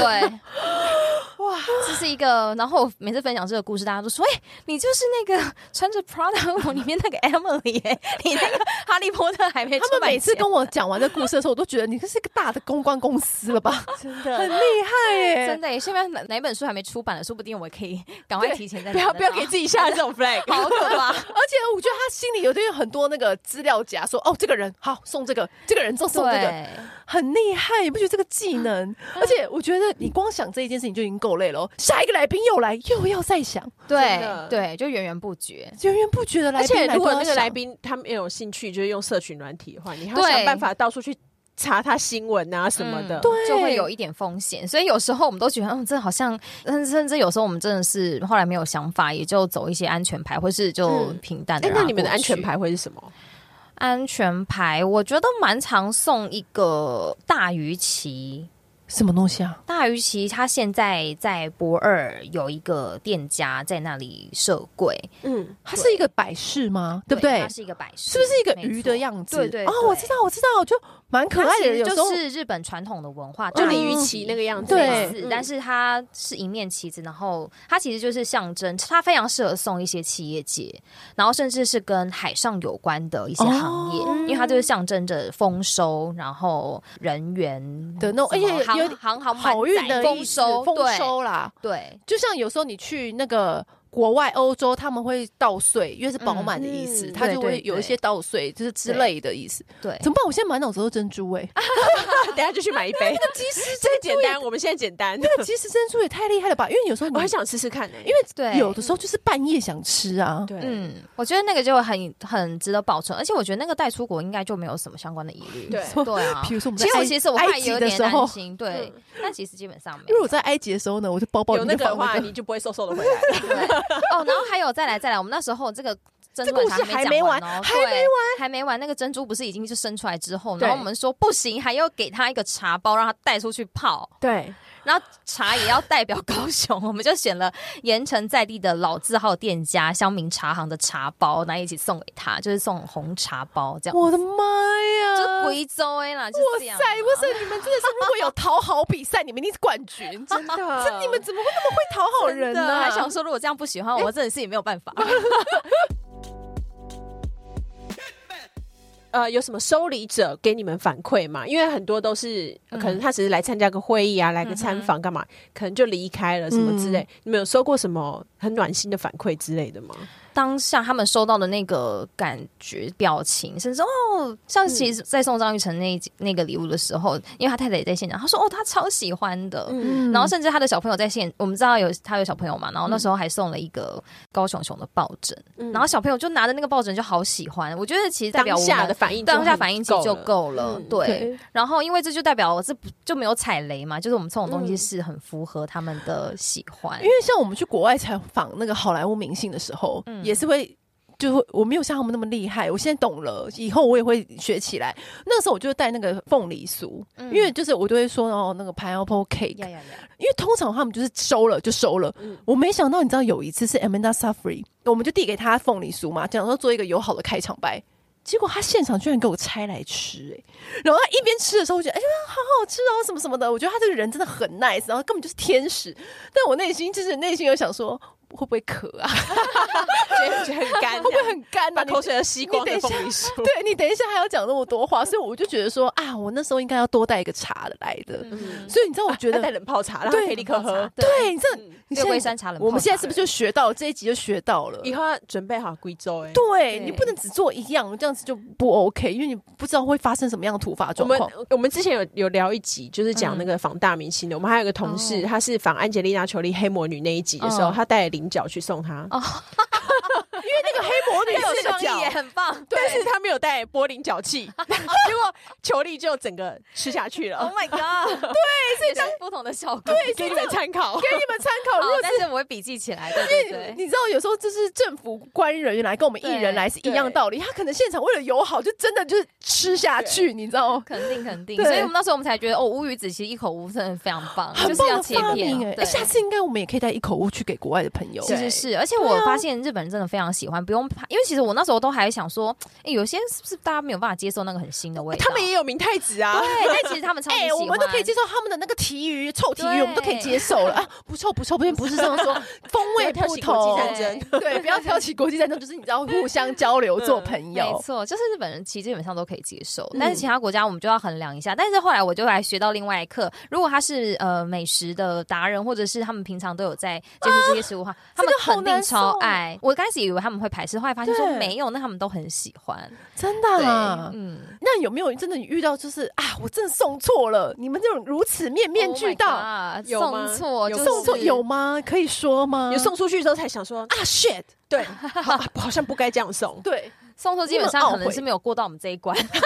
[SPEAKER 1] (laughs)
[SPEAKER 3] 对，哇，这是一个。然后我每次分享这个故事，大家都说：“哎、你就是那个穿着 Prada 舞里面那个 Emily，、哎，你那个哈利波特还没出
[SPEAKER 1] 他们
[SPEAKER 3] 版
[SPEAKER 1] 每次
[SPEAKER 3] 前
[SPEAKER 1] 跟我讲完这故事的时候，我都觉得你是个大的公关公司了
[SPEAKER 3] (laughs)
[SPEAKER 1] 吧？
[SPEAKER 2] 真
[SPEAKER 1] 很
[SPEAKER 2] 的，
[SPEAKER 1] 厉害耶！
[SPEAKER 3] 真的、哎现在哪哪一本书还没出版了，说不定我可 (laughs) 以赶快提前再
[SPEAKER 2] 不要
[SPEAKER 3] 拿
[SPEAKER 2] 不要
[SPEAKER 3] 到
[SPEAKER 2] 给自己下这种 flag。
[SPEAKER 3] 好可怕。” (laughs)
[SPEAKER 1] 而且我觉得他心里有点很多那个资料夹，说哦，这个人好送这个，这个人就送这个，
[SPEAKER 3] 对，
[SPEAKER 1] 很厉害，你不觉得这个技
[SPEAKER 3] (laughs)
[SPEAKER 1] 能？而且我觉得你光想这一件事情就已经够累了哦，下一个来宾又来，又要再想，
[SPEAKER 2] 真
[SPEAKER 3] 对
[SPEAKER 2] 的
[SPEAKER 3] 对，就源源不绝。
[SPEAKER 1] 源源不绝的来
[SPEAKER 2] 而
[SPEAKER 1] 宾来
[SPEAKER 2] 且
[SPEAKER 1] 都要想，
[SPEAKER 2] 如果那个来宾他没有兴趣，就是用社群软体的话，你还要
[SPEAKER 3] 对
[SPEAKER 2] 想办法到处去查他新闻啊什么的。
[SPEAKER 3] 嗯
[SPEAKER 1] 对
[SPEAKER 3] 就会有一点风险，所以有时候我们都觉得，嗯，这好像，嗯，甚至有时候我们真的是后来没有想法，也就走一些安全牌，或是就
[SPEAKER 2] 嗯
[SPEAKER 3] 平淡的、
[SPEAKER 2] 哎、那你们的安全？牌会是什么？
[SPEAKER 3] 安全牌，我觉得蛮常送一个大鱼旗。
[SPEAKER 1] 什么东西啊？
[SPEAKER 3] 大鱼旗它现在在博二有一个店家在那里设柜，
[SPEAKER 2] 嗯，
[SPEAKER 1] 它是一个摆饰吗？对不对
[SPEAKER 3] 它？是一个摆饰，
[SPEAKER 1] 是不是一个
[SPEAKER 3] 没
[SPEAKER 1] 鱼
[SPEAKER 3] 错
[SPEAKER 1] 的？样子？
[SPEAKER 3] 对对
[SPEAKER 1] 哦，
[SPEAKER 3] 对
[SPEAKER 1] 我知道，我知道，就蛮可
[SPEAKER 3] 它
[SPEAKER 1] 爱
[SPEAKER 3] 其
[SPEAKER 1] 的，
[SPEAKER 3] 实
[SPEAKER 1] 有时候
[SPEAKER 3] 就是日本传统的文化，
[SPEAKER 2] 就
[SPEAKER 1] 嗯
[SPEAKER 2] 李玉琦那个样子。
[SPEAKER 1] 对
[SPEAKER 3] 类似
[SPEAKER 2] 嗯
[SPEAKER 3] 但是它是一面旗子，然后它其实就是象征，它非常适合送一些企业界，然后甚至是跟海上有关的一些行业，嗯
[SPEAKER 1] 哦
[SPEAKER 3] 因为它就是象征着丰收，然后人员
[SPEAKER 1] 的那种，而
[SPEAKER 3] 什么
[SPEAKER 1] 且
[SPEAKER 3] 航
[SPEAKER 1] 有点
[SPEAKER 3] 航航
[SPEAKER 1] 好运的意
[SPEAKER 3] 丰
[SPEAKER 1] 思
[SPEAKER 3] 收，
[SPEAKER 1] 丰
[SPEAKER 3] 对
[SPEAKER 1] 收啦。
[SPEAKER 3] 对。
[SPEAKER 1] 就像有时候你去那个国外欧洲，他们会稻穗，因为是饱满的意思，
[SPEAKER 2] 嗯
[SPEAKER 1] 它就
[SPEAKER 3] 对
[SPEAKER 1] 会
[SPEAKER 3] 对
[SPEAKER 1] 有一些稻穗，就是之类的意思。
[SPEAKER 3] 对啊
[SPEAKER 1] 怎么办？我现在满脑子都是珍珠
[SPEAKER 3] (laughs)
[SPEAKER 1] 哎、欸，
[SPEAKER 2] (laughs) 等一下就去买一 (laughs) 杯。
[SPEAKER 1] 即 (laughs) 食
[SPEAKER 2] 这个简单，我们现在简单。
[SPEAKER 1] 即食珍珠也太厉害了吧？因为有时候你
[SPEAKER 2] (laughs) 我很想试试看呢、因
[SPEAKER 1] 因
[SPEAKER 3] 哦对
[SPEAKER 1] 为有的时候就是半夜想吃啊。
[SPEAKER 2] 对，嗯，
[SPEAKER 3] 嗯，我觉得那个就很很值得保存，而且我觉得那个带出国应该就没有什么相关的疑虑。
[SPEAKER 2] 对
[SPEAKER 3] 对啊
[SPEAKER 1] (laughs) 比，如说我们在
[SPEAKER 3] 其实我
[SPEAKER 1] 埃
[SPEAKER 3] 其实我还
[SPEAKER 1] 埃及
[SPEAKER 3] 有
[SPEAKER 1] 的
[SPEAKER 3] 点
[SPEAKER 1] 时
[SPEAKER 3] 担
[SPEAKER 1] 候，
[SPEAKER 3] 心，对， (laughs) 但其实基本上没
[SPEAKER 1] 因为
[SPEAKER 3] 有
[SPEAKER 1] 我。在埃及的时候呢，我就包包
[SPEAKER 2] 有
[SPEAKER 1] 里
[SPEAKER 2] 那
[SPEAKER 1] 面
[SPEAKER 2] 个的
[SPEAKER 1] 放
[SPEAKER 2] 话，
[SPEAKER 1] 那个
[SPEAKER 2] 你就不会瘦瘦的回来了。
[SPEAKER 3] 哦，然后还有再来再来，我们那时候这个。珍珠奶茶
[SPEAKER 2] 这故事还没完
[SPEAKER 3] 讲哦
[SPEAKER 2] 还
[SPEAKER 3] 对
[SPEAKER 2] 没
[SPEAKER 3] 还没完。那个珍珠不是已经就生出来之后，
[SPEAKER 2] 对
[SPEAKER 3] 然后我们说不行，还要给他一个茶包，让他带出去泡。
[SPEAKER 2] 对，
[SPEAKER 3] 然后茶也要代表高雄，我们就选了盐城在地的老字号店家乡民茶行的茶包，那一起送给他，就是送红茶包这样。
[SPEAKER 1] 我的妈
[SPEAKER 3] 就是
[SPEAKER 1] 呀！
[SPEAKER 3] 贵州哎啦，就是
[SPEAKER 1] 哇
[SPEAKER 3] 这
[SPEAKER 1] 塞，
[SPEAKER 3] 样啊
[SPEAKER 1] 哇塞！你们真的是，如果有讨好比赛，你们一定是冠
[SPEAKER 3] (laughs)
[SPEAKER 1] 军。真的，这你们怎么会那么会讨好人
[SPEAKER 3] 啊
[SPEAKER 1] 啊哎
[SPEAKER 3] 嗯真的
[SPEAKER 1] 呢、
[SPEAKER 3] 还想说，如果这样不喜欢我，真的是也没有办法。
[SPEAKER 2] 呃，有什么收礼者给你们反馈吗？因为很多都是、呃可能他只是来参加个会议啊，来个参访干嘛，可能就离开了什么之类。你们有收过什么很暖心的反馈之类的吗？
[SPEAKER 3] 当下他们收到的那个感觉、表情，甚至哦，像其
[SPEAKER 1] 嗯
[SPEAKER 3] 实在送张玉成那一集那个礼物的时候，因为他太太也在现场，他说哦，他超喜欢的。
[SPEAKER 2] 嗯，
[SPEAKER 3] 然后甚至他的小朋友在现，我们知道有他有小朋友嘛，然后那时候还送了一个高雄熊的抱枕，
[SPEAKER 2] 嗯
[SPEAKER 1] 嗯
[SPEAKER 3] 然后小朋友就拿着那个抱枕就好喜欢。我觉得其实代表
[SPEAKER 2] 当
[SPEAKER 3] 我
[SPEAKER 2] 下的
[SPEAKER 3] 们
[SPEAKER 2] 反应，
[SPEAKER 3] 当下反应其实就
[SPEAKER 2] 够了。
[SPEAKER 3] 够了，
[SPEAKER 2] 嗯
[SPEAKER 3] 对。
[SPEAKER 1] 对
[SPEAKER 2] (laughs)
[SPEAKER 3] 然后因为这就代表我这不就没有踩雷嘛，就是我们这种东西是很符合他们的喜欢，
[SPEAKER 1] 嗯因为像我们去国外采访那个好莱坞明星的时候，
[SPEAKER 3] 嗯
[SPEAKER 1] 也是会。就会我没有像他们那么厉害，我现在懂了，以后我也会学起来。那时候我就会带那个凤梨酥，
[SPEAKER 3] 嗯
[SPEAKER 1] 因为就是我就会说哦，那个 pineapple cake，
[SPEAKER 3] 呀呀呀，
[SPEAKER 1] 因为通常他们就是收了就收了。我没想到，你知道有一次是 Amanda Safri，我们就递给他凤梨酥嘛，讲说做一个友好的开场白。结果他现场居然给我拆来吃、欸，然后他一边吃的时候，我觉得哎呀，好好吃哦，什么什么的。我觉得他这个人真的很 nice，然后根本就是天使。但我内心就是内心有想说，会不会渴啊？
[SPEAKER 2] 觉得觉得很干，
[SPEAKER 1] 会不会很干啊？
[SPEAKER 2] 把
[SPEAKER 1] 你
[SPEAKER 2] 口水都吸光的凤梨酥？
[SPEAKER 1] 对你等一下还要讲那么多话，所以我就觉得说啊，我那时候应该要多带一个茶的来的。
[SPEAKER 3] 嗯
[SPEAKER 1] 所以你知道，我觉
[SPEAKER 2] 要
[SPEAKER 1] 得、
[SPEAKER 2] 带冷泡茶，让他
[SPEAKER 1] 对
[SPEAKER 2] 可以立刻喝。
[SPEAKER 1] 对，你这你
[SPEAKER 3] 六
[SPEAKER 1] 现
[SPEAKER 3] 龟
[SPEAKER 1] 在
[SPEAKER 3] 山茶冷泡茶，
[SPEAKER 1] 我们现在是不是
[SPEAKER 3] (laughs)
[SPEAKER 1] 就学到了这一集就学到了？
[SPEAKER 2] 以后要准备好贵州哎。
[SPEAKER 1] 对
[SPEAKER 3] 对
[SPEAKER 1] 你不能只做一样，这样子就不 OK，因为你不知道会发生什么样的突发
[SPEAKER 2] 我
[SPEAKER 1] 状
[SPEAKER 2] 们
[SPEAKER 1] 况。
[SPEAKER 2] 我们之前有有聊一集，就是讲那个仿大明星的。我们还有一个同事，
[SPEAKER 3] 哦
[SPEAKER 2] 他是仿安吉丽娜·裘丽黑魔女那一集的时候，
[SPEAKER 3] 嗯
[SPEAKER 2] 他带菱角去送她，
[SPEAKER 1] 那个黑魔女
[SPEAKER 3] 有
[SPEAKER 1] 是
[SPEAKER 3] 创
[SPEAKER 1] 个
[SPEAKER 3] 意
[SPEAKER 1] 角
[SPEAKER 3] 耶，， (laughs) 很棒。
[SPEAKER 2] 但是他没有带玻璃角 (laughs) 器，结果裘丽就整个吃下去
[SPEAKER 3] Oh
[SPEAKER 2] 了。
[SPEAKER 3] my god！对，所以是不同的效果。对，
[SPEAKER 2] 给你们参考
[SPEAKER 1] 给，你们参考。
[SPEAKER 3] 好
[SPEAKER 1] 如果，
[SPEAKER 3] 但是我会笔记起来。对对哦对。
[SPEAKER 1] 你知道，有时候就是政府官人员来跟我们艺人来是一样道理，他可能现场为了友好，就真的就是吃下去，你知道吗？
[SPEAKER 3] 肯定肯定，
[SPEAKER 1] 对
[SPEAKER 3] 所以我们那时候我们才觉得哦，乌鱼子其实一口无真的非常棒，
[SPEAKER 1] 很
[SPEAKER 3] 就是
[SPEAKER 1] 棒
[SPEAKER 3] 要
[SPEAKER 1] 的
[SPEAKER 3] 切
[SPEAKER 1] 发
[SPEAKER 3] 片
[SPEAKER 1] 明哎、。
[SPEAKER 3] 对
[SPEAKER 1] 哎下次应该我们也可以带一口误去给国外的朋友。
[SPEAKER 3] 其实是，而且
[SPEAKER 1] 啊
[SPEAKER 3] 我发现日本人真的非常喜欢，不用怕，因为其实我那时候都还想说，哎，有些是不是大家没有办法接受那个很新的味道？
[SPEAKER 2] 他们也有明太子啊。
[SPEAKER 3] 对，但其实他们超级
[SPEAKER 1] 哎、
[SPEAKER 3] 喜欢，
[SPEAKER 1] 我们都可以接受他们的那个提鱼、臭提鱼，
[SPEAKER 3] 对
[SPEAKER 1] 我们都可以接受了。啊、不臭不臭，不是不是这样
[SPEAKER 3] (laughs)
[SPEAKER 1] 说，风味
[SPEAKER 2] 挑
[SPEAKER 1] 不
[SPEAKER 2] 起国
[SPEAKER 1] 同
[SPEAKER 2] 际。战争，
[SPEAKER 1] 对，不要挑起国际战争，就是你知道互相交
[SPEAKER 3] (laughs)
[SPEAKER 1] 流做朋
[SPEAKER 3] 嗯没
[SPEAKER 1] 友。
[SPEAKER 3] 错，就是日本人其实基本上都可以接受，
[SPEAKER 1] 嗯
[SPEAKER 3] 但是其他国家我们就要衡量一下。但是后来我就来学到另外一课，如果他是呃美食的达人，或者是他们平常都有在接触这些食物的话，他们
[SPEAKER 1] 这个好
[SPEAKER 3] 肯定
[SPEAKER 1] 难受
[SPEAKER 3] 超爱。我刚开始以为他们会排斥，后来发现说
[SPEAKER 1] 对嗯
[SPEAKER 3] 没有，那他们都很喜欢。
[SPEAKER 1] 真的、
[SPEAKER 3] 对
[SPEAKER 1] 啊，
[SPEAKER 3] 嗯，
[SPEAKER 1] 那有没有真的遇到就是啊，我真的送错了？你们这种如此面面俱到
[SPEAKER 3] Oh my God，
[SPEAKER 2] 有吗
[SPEAKER 3] 送错
[SPEAKER 2] 有
[SPEAKER 3] 就是
[SPEAKER 1] 送错有吗？可以说吗？
[SPEAKER 2] 你送出去之后才想 (laughs) 说，
[SPEAKER 1] 啊，shit，
[SPEAKER 2] 对，好好像不该这样送。
[SPEAKER 1] 对，
[SPEAKER 3] 送错，基本上可能是没有过到我们这
[SPEAKER 1] (laughs)
[SPEAKER 3] 一关。但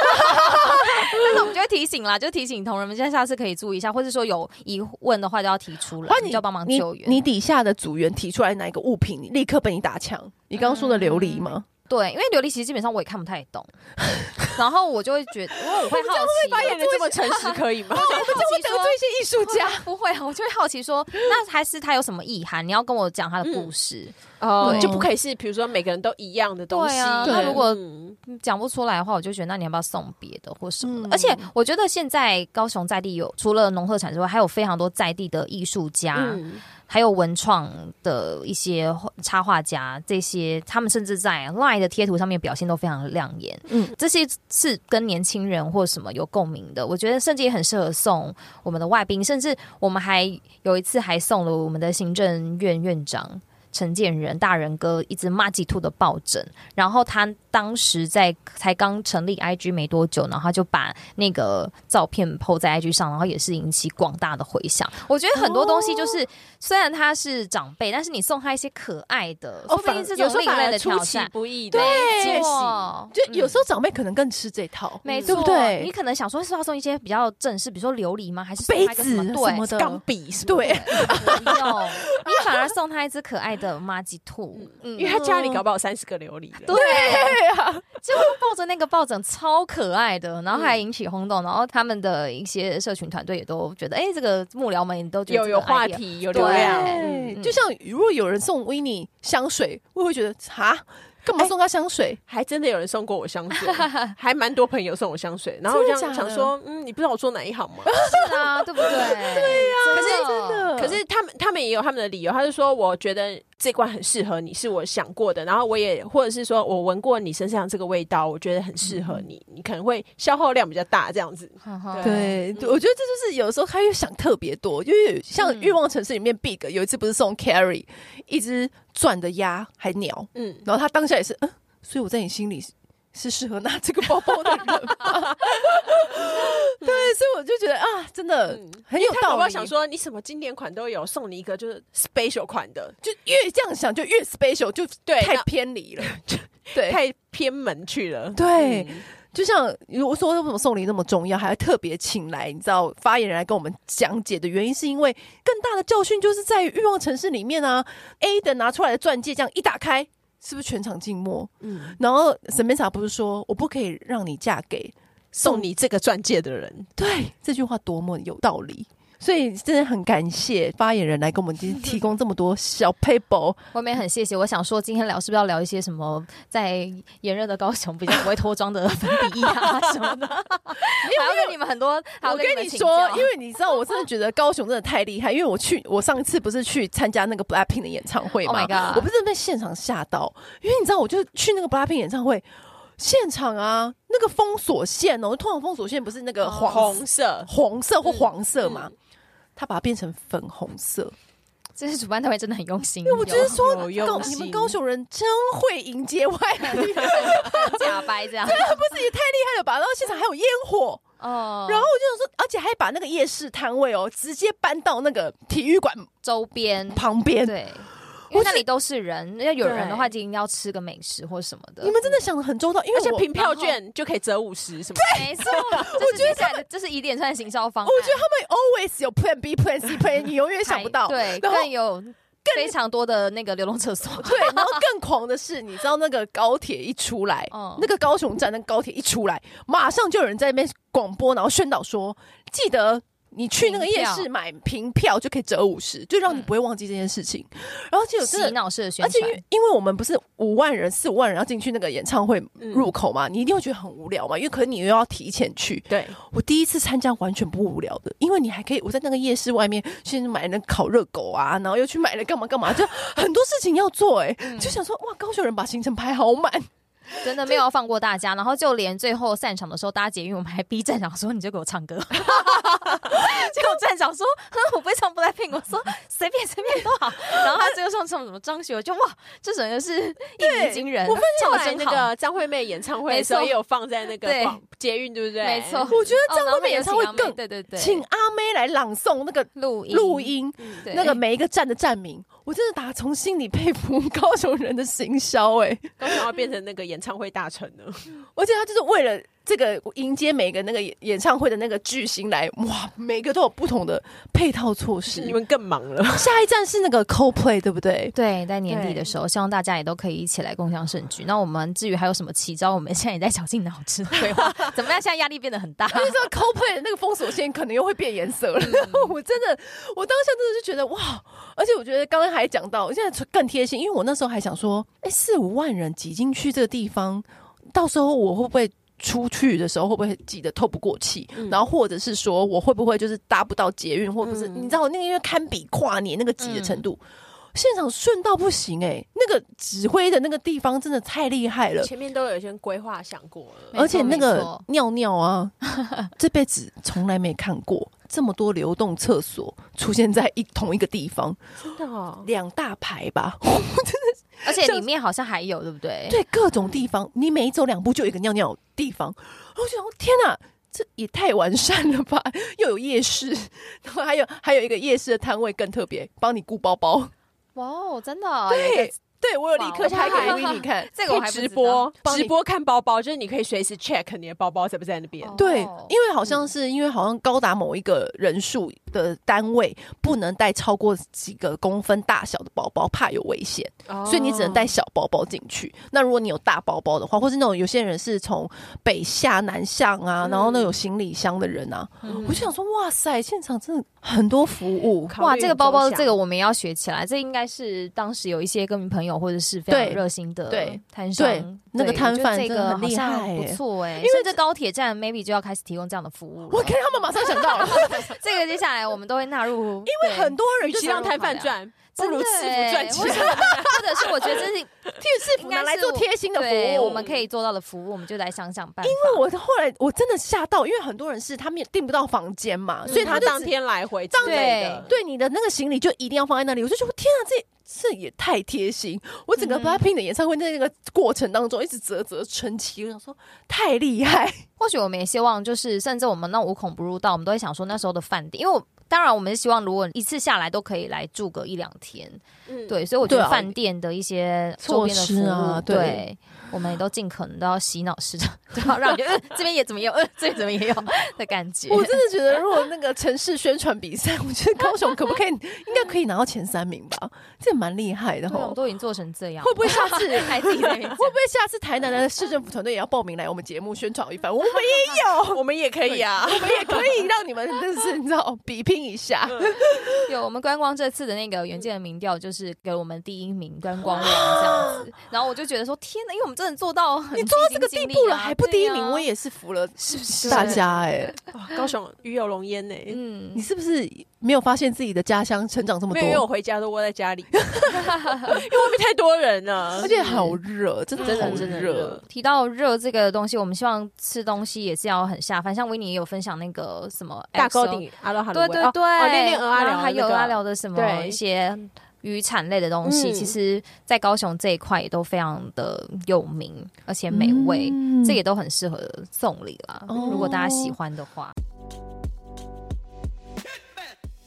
[SPEAKER 3] 是我们就会提醒啦，就提醒同仁们，现在下次可以注意一下，或者说有疑问的话就要提出来，
[SPEAKER 1] 欢
[SPEAKER 3] 你
[SPEAKER 1] 迎
[SPEAKER 3] 就要帮忙救援。
[SPEAKER 1] 你。你底下的组员提出来哪一个物品，你立刻被你打枪。你刚刚说的琉璃吗？
[SPEAKER 3] 对，因为琉璃其实基本上我也看不太懂，然后我就会觉得，因为我会好奇，
[SPEAKER 2] 发言人这么诚 (laughs) 实可以吗？
[SPEAKER 3] 我会好奇
[SPEAKER 1] 得
[SPEAKER 3] 嗯说
[SPEAKER 1] 罪一些艺术家，
[SPEAKER 3] (laughs) 不会啊，我就会好奇说，那还是他有什么意涵？你要跟我讲他的故事，
[SPEAKER 2] 哦
[SPEAKER 1] 对
[SPEAKER 2] 就不可以是比如说每个人都一样的东西。
[SPEAKER 3] 对啊
[SPEAKER 1] 那
[SPEAKER 2] 嗯
[SPEAKER 1] 如
[SPEAKER 3] 果讲不出来的话，我就觉得那你要不要送别的或什么的？
[SPEAKER 1] 嗯
[SPEAKER 3] 而且我觉得现在高雄在地有除了农特产之外，还有非常多在地的艺术家，
[SPEAKER 2] 嗯，
[SPEAKER 3] 还有文创的一些画插画家，这些他们甚至在 LINE 的贴图上面表现都非常亮眼。
[SPEAKER 1] 嗯
[SPEAKER 3] 嗯，这些是跟年轻人或什么有共鸣的，我觉得甚至也很适合送我们的外宾，甚至我们还有一次还送了我们的行政院院长。陈建仁大人哥一只马吉兔的抱枕，然后他当时在才刚成立 IG 没多久，然后他就把那个照片 PO 在 IG 上，然后也是引起广大的回响。我觉得很多东西就是虽然他是长辈，但是你送他一些可爱的，
[SPEAKER 1] 哦
[SPEAKER 3] 说不定是
[SPEAKER 2] 有
[SPEAKER 3] 这
[SPEAKER 2] 时候
[SPEAKER 3] 种另类
[SPEAKER 2] 反
[SPEAKER 3] 的
[SPEAKER 2] 而
[SPEAKER 3] 挑
[SPEAKER 2] 出其
[SPEAKER 3] 战。
[SPEAKER 2] 不意的
[SPEAKER 3] 对，
[SPEAKER 2] 惊喜。
[SPEAKER 1] 就有时
[SPEAKER 3] 候。
[SPEAKER 1] 候长辈可能更吃这套，
[SPEAKER 3] 没
[SPEAKER 1] 对
[SPEAKER 3] 错，
[SPEAKER 1] 不对？
[SPEAKER 3] 你可能想说是要送一些比较正式，比如说琉璃吗？还是送
[SPEAKER 1] 杯
[SPEAKER 3] 他一个
[SPEAKER 1] 子
[SPEAKER 3] 什么？对
[SPEAKER 1] 什么，的，
[SPEAKER 2] 钢笔是不
[SPEAKER 1] 对，
[SPEAKER 2] 是
[SPEAKER 3] 没有，你反而送他一只可爱的马吉兔，嗯，
[SPEAKER 2] 因为他家里搞不好三十个琉璃了。
[SPEAKER 3] 对呀、就抱着那个抱枕超可爱的，然后还引起轰动，然后他们的一些社群团队也都觉得，哎、这个幕僚们也都觉得
[SPEAKER 2] 有
[SPEAKER 3] 这
[SPEAKER 2] 有
[SPEAKER 3] 个
[SPEAKER 2] 话
[SPEAKER 3] idea
[SPEAKER 2] 题，有
[SPEAKER 3] (laughs) 对
[SPEAKER 2] 流量，
[SPEAKER 1] 对
[SPEAKER 3] 嗯，
[SPEAKER 1] 就像如果有人送维尼香水，我也会觉得哈，干嘛送他香水？
[SPEAKER 2] 还真的有人送过我香
[SPEAKER 3] (laughs)
[SPEAKER 2] 水，还蛮多朋友送我香水，然后我这
[SPEAKER 1] 真
[SPEAKER 2] 样
[SPEAKER 1] 的假的
[SPEAKER 2] 想说，嗯，你不知道我做哪一行吗？
[SPEAKER 3] 是啊，对不对？对呀、
[SPEAKER 1] 可是真的
[SPEAKER 2] 可是他们他们也有他们的理由，他就说我觉得这罐很适合你，是我想过的，然后我也或者是说我闻过你身上这个味道，我觉得很适合你，
[SPEAKER 3] 嗯
[SPEAKER 2] 你可能会消耗量比较大这样子。
[SPEAKER 3] 哈
[SPEAKER 2] 对
[SPEAKER 1] 对，
[SPEAKER 3] 嗯
[SPEAKER 1] 我觉得这就是有时候他又想特别多，因为有像《欲望城市》里面 Big 有一次不是送 Carrie 一只钻的鸭还鸟，
[SPEAKER 2] 嗯，
[SPEAKER 1] 然后他当下也是，嗯，所以我在你心里是是适合拿这个包包的人
[SPEAKER 3] (laughs)
[SPEAKER 1] 吗。对，所以我就觉得啊，真的
[SPEAKER 3] 嗯
[SPEAKER 1] 很有
[SPEAKER 2] 他
[SPEAKER 1] 道
[SPEAKER 2] 宝宝
[SPEAKER 1] 理。
[SPEAKER 2] 想说你什么经典款都有，送你一个就是 special 款的，
[SPEAKER 1] 就越这样想就越 special，就
[SPEAKER 2] 对
[SPEAKER 1] 太
[SPEAKER 2] 那
[SPEAKER 1] 偏离 (laughs) 了。对，
[SPEAKER 2] 太偏门去了。
[SPEAKER 1] 哎对
[SPEAKER 2] 嗯
[SPEAKER 1] 就像如果说为什么送礼那么重要，还要特别请来你知道发言人来跟我们讲解的原因，是因为更大的教训就是在于欲望城市里面啊，A 的拿出来的钻戒这样一打开，是不是全场静默？嗯，然后 Samantha 不是说我不可以让你嫁给
[SPEAKER 2] 送你这个钻戒的人，
[SPEAKER 1] 对这句话多么有道理。所以真的很感谢发言人来给我们今天提供这么多小 paper，
[SPEAKER 3] 我们也很谢谢。我想说，今天聊是不是要聊一些什么在炎热的高雄比较不会脱妆的粉底液啊什么的？还要跟你们很多，还要
[SPEAKER 1] 我跟
[SPEAKER 3] 们
[SPEAKER 1] 你
[SPEAKER 3] 请
[SPEAKER 1] 说，
[SPEAKER 3] 教
[SPEAKER 1] 因为你知道，我真的觉得高雄真的太厉害。因为我去，我上次不是去参加那个 BLACKPINK 的演唱会
[SPEAKER 3] Oh
[SPEAKER 1] 嘛
[SPEAKER 3] my god
[SPEAKER 1] 我不是被现场吓到，因为你知道，我就去那个 BLACKPINK 演唱会现场啊，那个封锁线哦，通常封锁线不是那
[SPEAKER 3] 哦
[SPEAKER 1] 个黄、
[SPEAKER 2] 红色。
[SPEAKER 1] 红色
[SPEAKER 3] 嗯
[SPEAKER 1] 或黄色嘛，它把它变成粉红色。
[SPEAKER 3] 嗯这是主办单位真的很用心。哦
[SPEAKER 1] 因为我觉得说
[SPEAKER 2] 有用
[SPEAKER 1] 高
[SPEAKER 2] 心
[SPEAKER 1] 你们高雄人真会迎接外来 (laughs) 的，不
[SPEAKER 3] 有假掰这样，
[SPEAKER 1] 是也太厉害了吧？然后现场还有烟火。
[SPEAKER 3] 哦，
[SPEAKER 1] 然后我就想说，而且还把那个夜市摊位哦，直接搬到那个体育馆
[SPEAKER 3] 周
[SPEAKER 1] (laughs)
[SPEAKER 3] 边
[SPEAKER 1] 旁边。
[SPEAKER 3] 对，因为
[SPEAKER 1] 是
[SPEAKER 3] 那里都是人，要有人的话，
[SPEAKER 2] 对
[SPEAKER 3] 就一定要吃个美食或什么的
[SPEAKER 1] 你。们真的想的很周到，因为
[SPEAKER 2] 而且
[SPEAKER 1] 我
[SPEAKER 2] 凭票券就可以折五十，什么
[SPEAKER 1] (laughs)
[SPEAKER 3] 没错，我觉得这是一连串的行销方案，
[SPEAKER 1] 我觉得他们 always 有 plan B、plan C、plan，A，你永远想不到。
[SPEAKER 3] 对，
[SPEAKER 1] 然后
[SPEAKER 3] 更有非常多的那个流动厕所，
[SPEAKER 1] (laughs) 对，然后更狂的是，你知道那个高铁一出来，
[SPEAKER 3] 嗯
[SPEAKER 1] 那个高雄站那个高铁一出来，马上就有人在那边广播，然后宣导说，记得。你去那个夜市
[SPEAKER 3] 凭嗯
[SPEAKER 1] 买凭票就可以折五十，就让你不会忘记这件事情。然 (laughs) 后就有真
[SPEAKER 3] 洗
[SPEAKER 1] 的
[SPEAKER 3] 脑式的宣
[SPEAKER 1] 而且因
[SPEAKER 3] 传
[SPEAKER 1] 为。因为我们不是五万人、四五万人要进去那个演唱会
[SPEAKER 3] 嗯
[SPEAKER 1] 入口嘛，你一定会觉得很无聊嘛，因为可能你又要提前去。
[SPEAKER 2] 对，
[SPEAKER 1] 我第一次参加完全不无聊的，因为你还可以我在那个夜市外面先买那个烤热狗啊，然后又去买了干嘛干嘛，就很多事情要做哎、
[SPEAKER 3] 嗯
[SPEAKER 1] 就想说哇，高雄人把行程排好满，
[SPEAKER 3] 真的没有要放过大家，然后就连最后散场的时候搭捷运，我们还逼站长说你就给我唱歌， (laughs) 结果站长说哼我不会唱不来拼，我说随便随便都好，然后他最后唱唱什么张学友，就哇这整个是一鸣惊人，
[SPEAKER 2] 我发现后来
[SPEAKER 3] 唱的真
[SPEAKER 2] 那
[SPEAKER 3] 好，
[SPEAKER 2] 个张惠妹演唱会的时候
[SPEAKER 3] 没错
[SPEAKER 2] 也有放在那个
[SPEAKER 3] 对
[SPEAKER 2] 广捷运，对不对？
[SPEAKER 3] 没错，
[SPEAKER 1] 我觉得这
[SPEAKER 3] 哦然
[SPEAKER 1] 样
[SPEAKER 3] 后
[SPEAKER 1] 会演唱会
[SPEAKER 3] 还有请阿妹
[SPEAKER 1] 更。
[SPEAKER 3] 对对对，
[SPEAKER 1] 请阿妹来朗诵那个
[SPEAKER 3] 录音
[SPEAKER 1] 录音，
[SPEAKER 3] 对
[SPEAKER 1] 那个每一个站的站名，我真的打从心里佩服高雄人的行销哎、
[SPEAKER 2] 高雄要变成那个演唱会大臣了。
[SPEAKER 1] 而且他就是为了这个迎接每个那个演演唱会的那个巨星来，哇，每个都有不同的配套措施。
[SPEAKER 2] 你们更忙了。
[SPEAKER 1] 下一站是那个 CoPlay 对不对？
[SPEAKER 3] 对，在年底
[SPEAKER 2] 对
[SPEAKER 3] 的时候，希望大家也都可以一起来共享盛举。那我们至于还有什么奇招，我们现在也在绞尽脑汁地规 (laughs) 划。怎么样？现在压力变得很大。
[SPEAKER 1] 就是说 CoPlay 的那个封锁线可能又会变颜色了。 (laughs) 我真的，我当下真的是觉得哇！而且我觉得刚刚还讲到，现在更贴心，因为我那时候还想说，哎、四五万人挤进去这个地方，到时候我会不会？出去的时候会不会挤得透不过气？然后或者是说我会不会就是搭不到捷运，或不是、你知道那个因为堪比跨年那个挤的程度，现场顺到不行哎、那个指挥的那个地方真的太厉害了，
[SPEAKER 2] 前面都有一些规划想过了，
[SPEAKER 3] 没错
[SPEAKER 1] 而且那
[SPEAKER 3] 没
[SPEAKER 1] 个
[SPEAKER 3] 错
[SPEAKER 1] (laughs) 尿尿
[SPEAKER 3] (laughs)
[SPEAKER 1] 啊，这辈子从来没看过这么多流动厕所出现在一同一个地方，
[SPEAKER 2] 真的哦。
[SPEAKER 1] 两大排吧，
[SPEAKER 3] 而且里面好像还有，对不对？
[SPEAKER 1] 对，各种地方，你每走两步就有一个尿尿的地方。然后我就想说，天哪，这也太完善了吧！ (laughs) 又有夜市， (laughs) 然后还有还有一个夜市的摊位更特别，帮你顾包包。
[SPEAKER 3] 哇哦，真的哦，有一
[SPEAKER 1] 对
[SPEAKER 3] 个，
[SPEAKER 1] 对我有立
[SPEAKER 3] 哇
[SPEAKER 1] 刻
[SPEAKER 3] 我觉得
[SPEAKER 1] 拍给
[SPEAKER 3] 还
[SPEAKER 1] v i 看。
[SPEAKER 3] 这个我还不
[SPEAKER 2] 直
[SPEAKER 3] 知
[SPEAKER 2] 播
[SPEAKER 3] 道，
[SPEAKER 1] 帮你
[SPEAKER 2] 直播看包包，就是你可以随时 check 你的包包在不在那边。
[SPEAKER 3] 哦
[SPEAKER 1] 对，因为好像是因为好像高达某一个人数的单位不能带超过几个公分大小的包包，怕有危险。所以你只能
[SPEAKER 3] 哦
[SPEAKER 1] 带小包包进去。那如果你有大包包的话，或是那种有些人是从北下南向
[SPEAKER 3] 嗯
[SPEAKER 1] 啊，然后那有行李箱的人啊，我就想说，哇塞，现场真的很多服务。
[SPEAKER 2] 考虑
[SPEAKER 3] 哇，这个包包
[SPEAKER 2] 中下
[SPEAKER 3] 这个我们也要学起来，这应该是当时有一些跟朋友或者是非常
[SPEAKER 1] 对
[SPEAKER 3] 热心的
[SPEAKER 1] 对
[SPEAKER 3] 摊商，
[SPEAKER 1] 对那个摊贩真
[SPEAKER 3] 我觉得这
[SPEAKER 1] 的
[SPEAKER 3] 个
[SPEAKER 1] 很厉害
[SPEAKER 3] 好像不错哎、
[SPEAKER 1] 为
[SPEAKER 3] 因为这高铁站 maybe 就要开始提供这样的服务了。
[SPEAKER 1] 我看他们马上想到
[SPEAKER 3] (laughs)
[SPEAKER 1] 了，
[SPEAKER 3] 这个接下来我们都会纳入，因
[SPEAKER 1] 因为很多人
[SPEAKER 2] 与
[SPEAKER 1] 就
[SPEAKER 2] 其
[SPEAKER 1] 是
[SPEAKER 2] 让摊贩赚，不
[SPEAKER 3] 真的
[SPEAKER 2] 如师傅
[SPEAKER 3] 欸
[SPEAKER 2] 赚钱
[SPEAKER 3] 为。什么或者是我觉
[SPEAKER 1] (laughs)
[SPEAKER 3] 得这是
[SPEAKER 1] 贴士
[SPEAKER 3] 应
[SPEAKER 1] 服拿
[SPEAKER 3] 该是
[SPEAKER 1] 来做贴心的服
[SPEAKER 3] 对
[SPEAKER 1] 务，
[SPEAKER 3] 我们可以做到的服务，我们就来想想办法。
[SPEAKER 1] 因为我后来我真的吓到，因为很多人是他们也订不到房间
[SPEAKER 3] 嗯
[SPEAKER 1] 嘛，所以他就
[SPEAKER 2] 当
[SPEAKER 1] 只
[SPEAKER 2] 天来回之类的，
[SPEAKER 1] 对你的那个行李就一定要放在那里。我就觉得天啊，这这也太贴心！我整个 BLACKPINK 的演唱会在那个过程当中一直啧啧称奇，我想说太厉
[SPEAKER 3] (laughs)
[SPEAKER 1] 害。
[SPEAKER 3] 或许我们也希望，就是甚至我们那种无孔不入道，我们都会想说那时候的饭店，因为我当然我们是希望，如果一次下来都可以来住个一两天，
[SPEAKER 2] 嗯，
[SPEAKER 3] 对，所以我觉
[SPEAKER 1] 对
[SPEAKER 3] 得
[SPEAKER 1] 啊
[SPEAKER 3] 饭店的一些周边的服
[SPEAKER 1] 措
[SPEAKER 3] 务，
[SPEAKER 1] 施啊
[SPEAKER 3] 对
[SPEAKER 1] 对
[SPEAKER 3] 我们也都尽可能都要洗脑式的， (laughs) 对吧？让你觉得、呃、这边也怎么有，呃，这边怎么也有的感觉。
[SPEAKER 1] (laughs) 我真的觉得，如果那个城市宣传比赛，我觉得高雄可不可以，应该可以拿到前三名吧？这也蛮厉害的
[SPEAKER 3] 对，我们
[SPEAKER 1] 哈。
[SPEAKER 3] 都已经做成这样，
[SPEAKER 1] 会不会下次？
[SPEAKER 3] 还自己在那边讲
[SPEAKER 1] 会不会下次台南的市政府团队也要报名来我们节目宣传一番？我们也有，
[SPEAKER 2] (laughs) 我们也可以啊。
[SPEAKER 1] 我们也可以让你们就是你知道比拼一下。
[SPEAKER 3] 有，我们观光这次的那个原件的民调，就是给我们第一名观光王这样子。然后我就觉得说，天哪，因为我们真的做到很、
[SPEAKER 1] 啊
[SPEAKER 3] 啊
[SPEAKER 1] 你做到这个地步了，还不第一名，我、也是服了
[SPEAKER 3] 是不是
[SPEAKER 1] 大家哎、
[SPEAKER 2] 哇高雄鱼有龙烟呢，
[SPEAKER 1] 你
[SPEAKER 2] 没
[SPEAKER 3] 嗯，
[SPEAKER 1] 是不是没有发现自己的家乡成长这么
[SPEAKER 2] 有，因为
[SPEAKER 1] 多？
[SPEAKER 2] 我回家都窝在家里，因为外面太多人了
[SPEAKER 1] 而。且好热，真的
[SPEAKER 2] 真的
[SPEAKER 1] 好
[SPEAKER 2] 真的
[SPEAKER 1] 热
[SPEAKER 2] 热。
[SPEAKER 3] 提到热这个东西，我们希望吃东西也是要很下饭。像维尼也有分享那个什么
[SPEAKER 2] 大沟
[SPEAKER 3] XO
[SPEAKER 2] 顶阿罗哈
[SPEAKER 3] 对
[SPEAKER 2] 罗，
[SPEAKER 3] 对
[SPEAKER 2] 哦
[SPEAKER 3] 对，
[SPEAKER 2] 哦恋恋鹅阿
[SPEAKER 3] 然
[SPEAKER 2] 聊
[SPEAKER 3] 后还有阿
[SPEAKER 2] 阿
[SPEAKER 3] 啊聊的什么
[SPEAKER 2] 对
[SPEAKER 3] 一些渔产类的东西，
[SPEAKER 2] 嗯
[SPEAKER 3] 其实在高雄这一块也都非常的有名，而且美味，
[SPEAKER 2] 嗯
[SPEAKER 1] 嗯
[SPEAKER 3] 这也都很适合送礼啦。
[SPEAKER 1] 哦
[SPEAKER 3] 如果大家喜欢的话，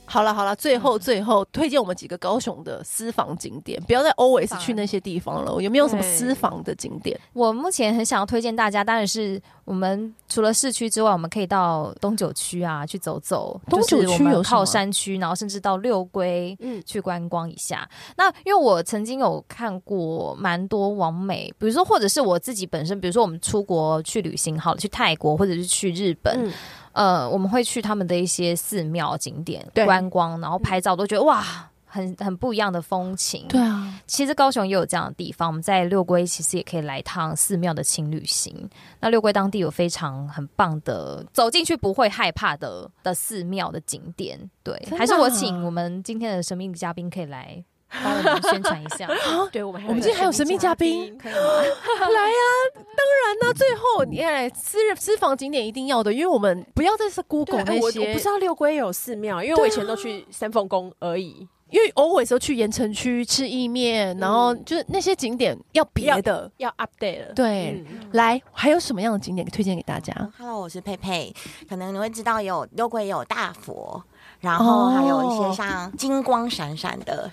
[SPEAKER 1] 好了好了，最后最后推荐我们几个高雄的私房景点，不要再 always 去那些地方了。有没有什么
[SPEAKER 2] 对
[SPEAKER 1] 私房的景点？
[SPEAKER 3] 我目前很想要推荐大家，当然是我们除了市区之外，我们可以到东九区啊去走走，
[SPEAKER 1] 东九区
[SPEAKER 3] 就是我们
[SPEAKER 1] 有什么
[SPEAKER 3] 靠山区，然后甚至到六龟，
[SPEAKER 2] 嗯
[SPEAKER 3] 去观光一下。那因为我曾经有看过蛮多网美，比如说或者是我自己本身，比如说我们出国去旅行好了，去泰国或者是去日本，
[SPEAKER 2] 嗯
[SPEAKER 3] 呃，我们会去他们的一些寺庙景点
[SPEAKER 1] 对
[SPEAKER 3] 观光，然后拍照，都觉得哇。很很不一样的风情，
[SPEAKER 1] 对啊，
[SPEAKER 3] 其实高雄也有这样的地方，我们在六龟其实也可以来一趟寺庙的情侣行。那六龟当地有非常很棒的，走进去不会害怕的的寺庙的景点。对，
[SPEAKER 1] 真的啊
[SPEAKER 3] 还是我请我们今天的神秘嘉宾可以来帮我们宣传一
[SPEAKER 1] (laughs)
[SPEAKER 3] 下，
[SPEAKER 2] 对我们还
[SPEAKER 1] 我们今天还有神秘嘉宾，
[SPEAKER 3] 可以吗？
[SPEAKER 1] 来呀、当然啦、最后你要来私私房景点一定要的，因为我们不要再是 Google
[SPEAKER 2] 对，哎
[SPEAKER 1] 那
[SPEAKER 2] 我我
[SPEAKER 1] 些
[SPEAKER 2] 不知，道六龟有寺庙，因为我以前都去三凤宫而已。
[SPEAKER 1] 因为 always 都去盐城区吃意面，然后
[SPEAKER 2] 嗯
[SPEAKER 1] 就是那些景点要别的。
[SPEAKER 2] 要 update 了，
[SPEAKER 1] 对，
[SPEAKER 2] 嗯
[SPEAKER 1] 来，还有什么样的景点推荐给大家？
[SPEAKER 4] Hello，我是佩佩。可能你会知道有六龟也有大佛，然后还有一些
[SPEAKER 1] 哦
[SPEAKER 4] 像金光闪闪的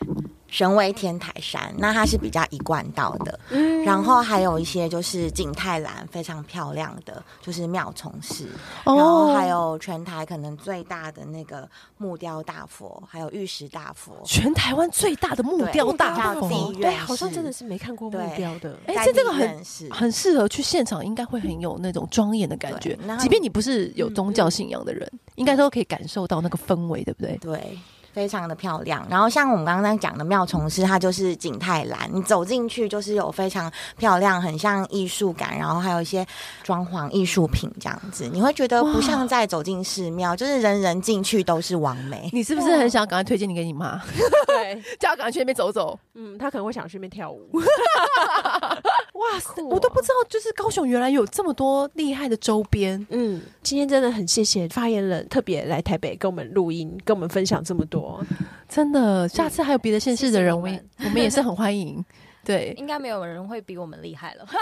[SPEAKER 4] 神威天台山，那它是比较一贯道的。
[SPEAKER 1] 嗯
[SPEAKER 4] 然后还有一些就是景泰蓝非常漂亮的，就是妙崇寺，
[SPEAKER 1] 哦
[SPEAKER 4] 然后还有全台可能最大的那个木雕大佛，还有玉石大佛。
[SPEAKER 1] 全台湾最大的木雕大
[SPEAKER 4] 对木雕大
[SPEAKER 1] 佛
[SPEAKER 4] 佛，
[SPEAKER 2] 对，好像真的是没看过木雕 (laughs) 的，
[SPEAKER 1] 哎
[SPEAKER 4] 在
[SPEAKER 1] 这这个
[SPEAKER 4] 地
[SPEAKER 1] 很
[SPEAKER 4] 院士
[SPEAKER 1] 很适合去现场，应该会很有那种庄严的感觉
[SPEAKER 4] 对然。后
[SPEAKER 1] 即便你不是有宗教信仰的人，应该都可以感受到那个氛围，对不对？
[SPEAKER 4] 对，非常的漂亮。然后像我们刚刚讲的妙虫寺，它就是景泰蓝，你走进去就是有非常漂亮，很像艺术感，然后还有一些装潢艺术品这样子，你会觉得不像在走进寺庙，就是人人进去都是完美。
[SPEAKER 1] 你是不是很想赶快推荐你给你妈，
[SPEAKER 2] 对，
[SPEAKER 1] 叫她赶快去那边走走？
[SPEAKER 2] 嗯，他可能会想去那边跳 (laughs) 舞，
[SPEAKER 1] 哇塞，
[SPEAKER 2] 酷哦
[SPEAKER 1] 我都不知道，就是高雄原来有这么多厉害的周边。
[SPEAKER 2] 嗯，今天真的很谢谢发言人特别来台北跟我们录音，跟我们分享这么多，
[SPEAKER 1] 真的，下次还有别的县市的人，我们
[SPEAKER 3] 谢谢
[SPEAKER 1] 也我们也是很欢迎。对，
[SPEAKER 3] (laughs)
[SPEAKER 1] 哦
[SPEAKER 3] 哦应该没有人会比我们厉害了。
[SPEAKER 1] 啊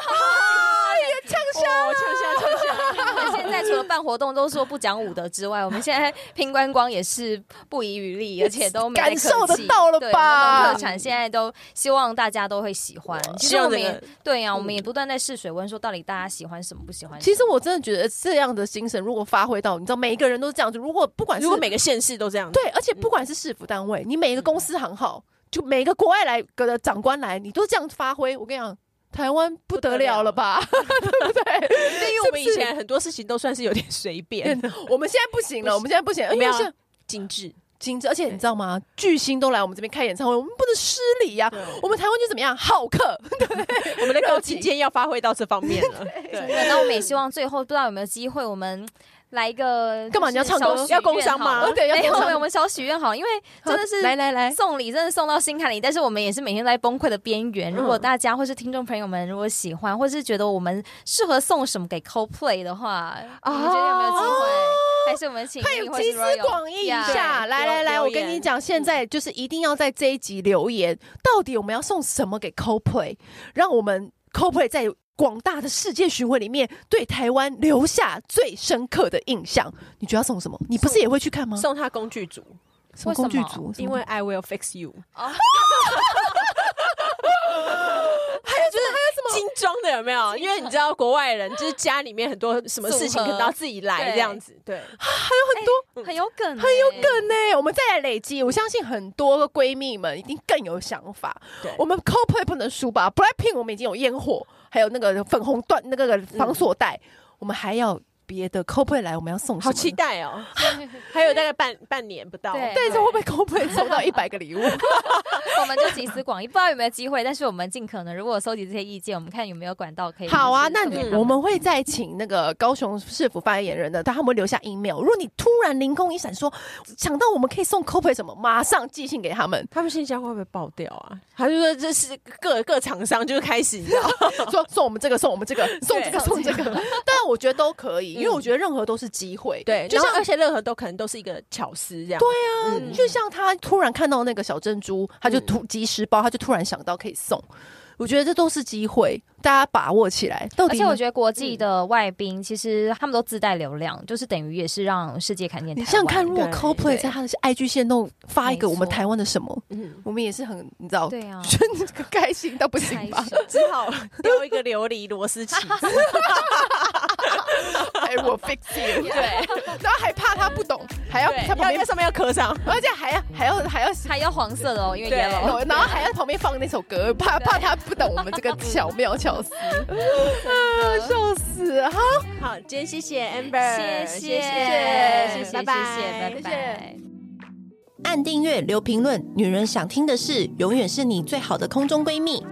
[SPEAKER 2] 呛下，呛下，呛下，
[SPEAKER 3] 们现在除了办活动都说不讲武德之外，我们现在 (laughs) 拼观光也是不遗余力，而且都没在
[SPEAKER 1] 感受得
[SPEAKER 3] 客气
[SPEAKER 1] 到了
[SPEAKER 3] 对
[SPEAKER 1] 吧
[SPEAKER 3] 我们农特产现在都希望大家都会喜欢。其实
[SPEAKER 2] 希望
[SPEAKER 3] 我们
[SPEAKER 2] 这个
[SPEAKER 3] 也对啊呀、我们也不断在试水温，说到底大家喜欢什么，不喜欢
[SPEAKER 1] 嗯
[SPEAKER 3] 什么。
[SPEAKER 1] 其实我真的觉得这样的精神，如果发挥到，你知道每一个人都是这样子。如果不管是
[SPEAKER 2] 如果每个县市都这样，
[SPEAKER 1] 对，而且不管是市府单位，你每一个公司行号，就每一个国外来的长官来，你都这样发挥，我跟你讲，台湾不得了了吧？ (laughs)
[SPEAKER 2] 对，因为我们以前很多事情都算是有点随便、
[SPEAKER 1] 我们现在不行了，我们现在不行，因
[SPEAKER 2] 我们
[SPEAKER 1] 为
[SPEAKER 2] 要
[SPEAKER 1] 是
[SPEAKER 2] 精致。
[SPEAKER 1] 精致，而且你知道吗？巨星都来我们这边开演唱会，我们不能失礼呀、我们台湾就怎么样？好客，
[SPEAKER 2] 我们的高情间要发挥到这方面了。 (laughs) 对，
[SPEAKER 3] 那我们也希望最后不知道有没有机会，我们来一个
[SPEAKER 1] (laughs) 干嘛你要唱
[SPEAKER 3] 歌
[SPEAKER 1] 歌
[SPEAKER 2] 要工商吗
[SPEAKER 1] (laughs) 对要
[SPEAKER 3] 啊没有
[SPEAKER 1] 工商
[SPEAKER 3] 没有，我们小许愿好，因为真的是
[SPEAKER 1] 来来来，
[SPEAKER 3] 送礼真的送到心坎里，但是我们也是每天在崩溃的边
[SPEAKER 1] 嗯
[SPEAKER 3] 缘。如果大家或是听众朋友们，如果喜欢或是觉得我们适合送什么给 CoPlay 的话，你们觉得有没有机会？还是我们请
[SPEAKER 1] 他哦有集思广益一
[SPEAKER 3] Yeah
[SPEAKER 1] 下，
[SPEAKER 2] 对
[SPEAKER 1] 来
[SPEAKER 2] 留
[SPEAKER 1] 来来，
[SPEAKER 2] 留
[SPEAKER 1] 我跟你
[SPEAKER 2] 言
[SPEAKER 1] 讲，现在就是一定要在这一集留言，到底我们要送什么给 CoPlay，让我们 CoPlay 在广大的世界巡回里面对台湾留下最深刻的印象。你觉得要送什么？你不是也会去看吗？
[SPEAKER 2] 送他工具组，
[SPEAKER 1] 什么啊
[SPEAKER 3] 为什
[SPEAKER 1] 工
[SPEAKER 3] 么
[SPEAKER 1] 具组？
[SPEAKER 2] 因为 I will fix you。
[SPEAKER 3] 哦
[SPEAKER 2] (laughs) 精装的有没有？因为你知道国外人就是家里面很多什么事
[SPEAKER 3] 组
[SPEAKER 2] 情
[SPEAKER 3] 合
[SPEAKER 2] 可能都要自己来
[SPEAKER 3] 对
[SPEAKER 2] 这样子，对，
[SPEAKER 3] 很有梗欸、
[SPEAKER 1] 很有梗呢、我们再来累积，我相信很多个闺蜜们一定更有想法。
[SPEAKER 2] 对
[SPEAKER 1] 我们 CoPlay 不能输吧？Blackpink 我们已经有烟火，还有那个粉红缎那个防锁带，我们还要别的 CoPlay 来，我们要送什
[SPEAKER 2] 好
[SPEAKER 1] 么呢？
[SPEAKER 2] 期待 (laughs) 啊哦！还有大概半半年不到，，
[SPEAKER 3] 对
[SPEAKER 1] 但是会不会 CoPlay 抽到一百个礼物？
[SPEAKER 3] 哎我们就集思广益，不知道有没有机会，但是我们尽可能，如果收集这些意见，我们看有没有管道可以。
[SPEAKER 1] 好啊，那
[SPEAKER 3] 就是送给
[SPEAKER 1] 你
[SPEAKER 3] 他们
[SPEAKER 1] 我们会再请那个高雄市府发言人的，但他们会留下 email。如果你突然灵光一闪说想到我们可以送 CoPlay 什么，马上寄信给他们
[SPEAKER 2] (laughs) 他们信箱会不会爆掉啊？他就说这是各各厂商就开始，你知道，
[SPEAKER 1] 说送我们这个，送我们这个，送这个，送这个。但我觉得都可以，因为我觉得任何都是机会。
[SPEAKER 2] (laughs) 对，
[SPEAKER 1] 就
[SPEAKER 2] 就像
[SPEAKER 1] 像
[SPEAKER 2] 而且任何都可能都是一个巧思这样，对啊
[SPEAKER 1] 嗯就像他突然看到那个小珍珠，他就
[SPEAKER 2] 嗯
[SPEAKER 1] 突及时包，他就突然想到可以送。我觉得这都是机会，大家把握起来。到底
[SPEAKER 3] 而且我觉得国际的外宾、其实他们都自带流量，就是等于也是让世界看见台
[SPEAKER 1] 你
[SPEAKER 3] 湾。
[SPEAKER 1] 想想看，如果
[SPEAKER 2] 对
[SPEAKER 1] CoPlay
[SPEAKER 3] 对
[SPEAKER 1] 在他的 IG 线动发一个
[SPEAKER 3] 没
[SPEAKER 1] 我
[SPEAKER 3] 错
[SPEAKER 1] 们台湾的什么，
[SPEAKER 2] 嗯，
[SPEAKER 1] 我们也是很你知道，
[SPEAKER 3] 对
[SPEAKER 1] (laughs)
[SPEAKER 3] 啊，
[SPEAKER 1] 开心到不行吧 (laughs)
[SPEAKER 3] 开？始
[SPEAKER 2] 只好丢一个琉璃螺丝 (laughs) 起子，
[SPEAKER 1] 哎，我 fix you，
[SPEAKER 3] (laughs) 对，
[SPEAKER 1] (laughs) 然后还怕他不懂，还要
[SPEAKER 2] 对
[SPEAKER 1] 他旁
[SPEAKER 2] 要
[SPEAKER 1] 边
[SPEAKER 2] 在，上面要刻上，
[SPEAKER 1] 而且还要还要还要。
[SPEAKER 3] 还要黄色的哦，因为
[SPEAKER 2] 对
[SPEAKER 3] yellow。
[SPEAKER 1] 然后还要旁边放那首歌，怕怕他不懂我们这个巧妙巧
[SPEAKER 3] (laughs)
[SPEAKER 1] 思，
[SPEAKER 3] 嗯
[SPEAKER 1] 啊， (laughs) 笑死！好，
[SPEAKER 2] 好，今天谢谢 Amber，
[SPEAKER 3] 谢谢，谢谢，
[SPEAKER 2] 拜拜，
[SPEAKER 3] 谢谢，拜拜。
[SPEAKER 5] 按订阅，留评论，女人想听的事，永远是你最好的空中闺蜜。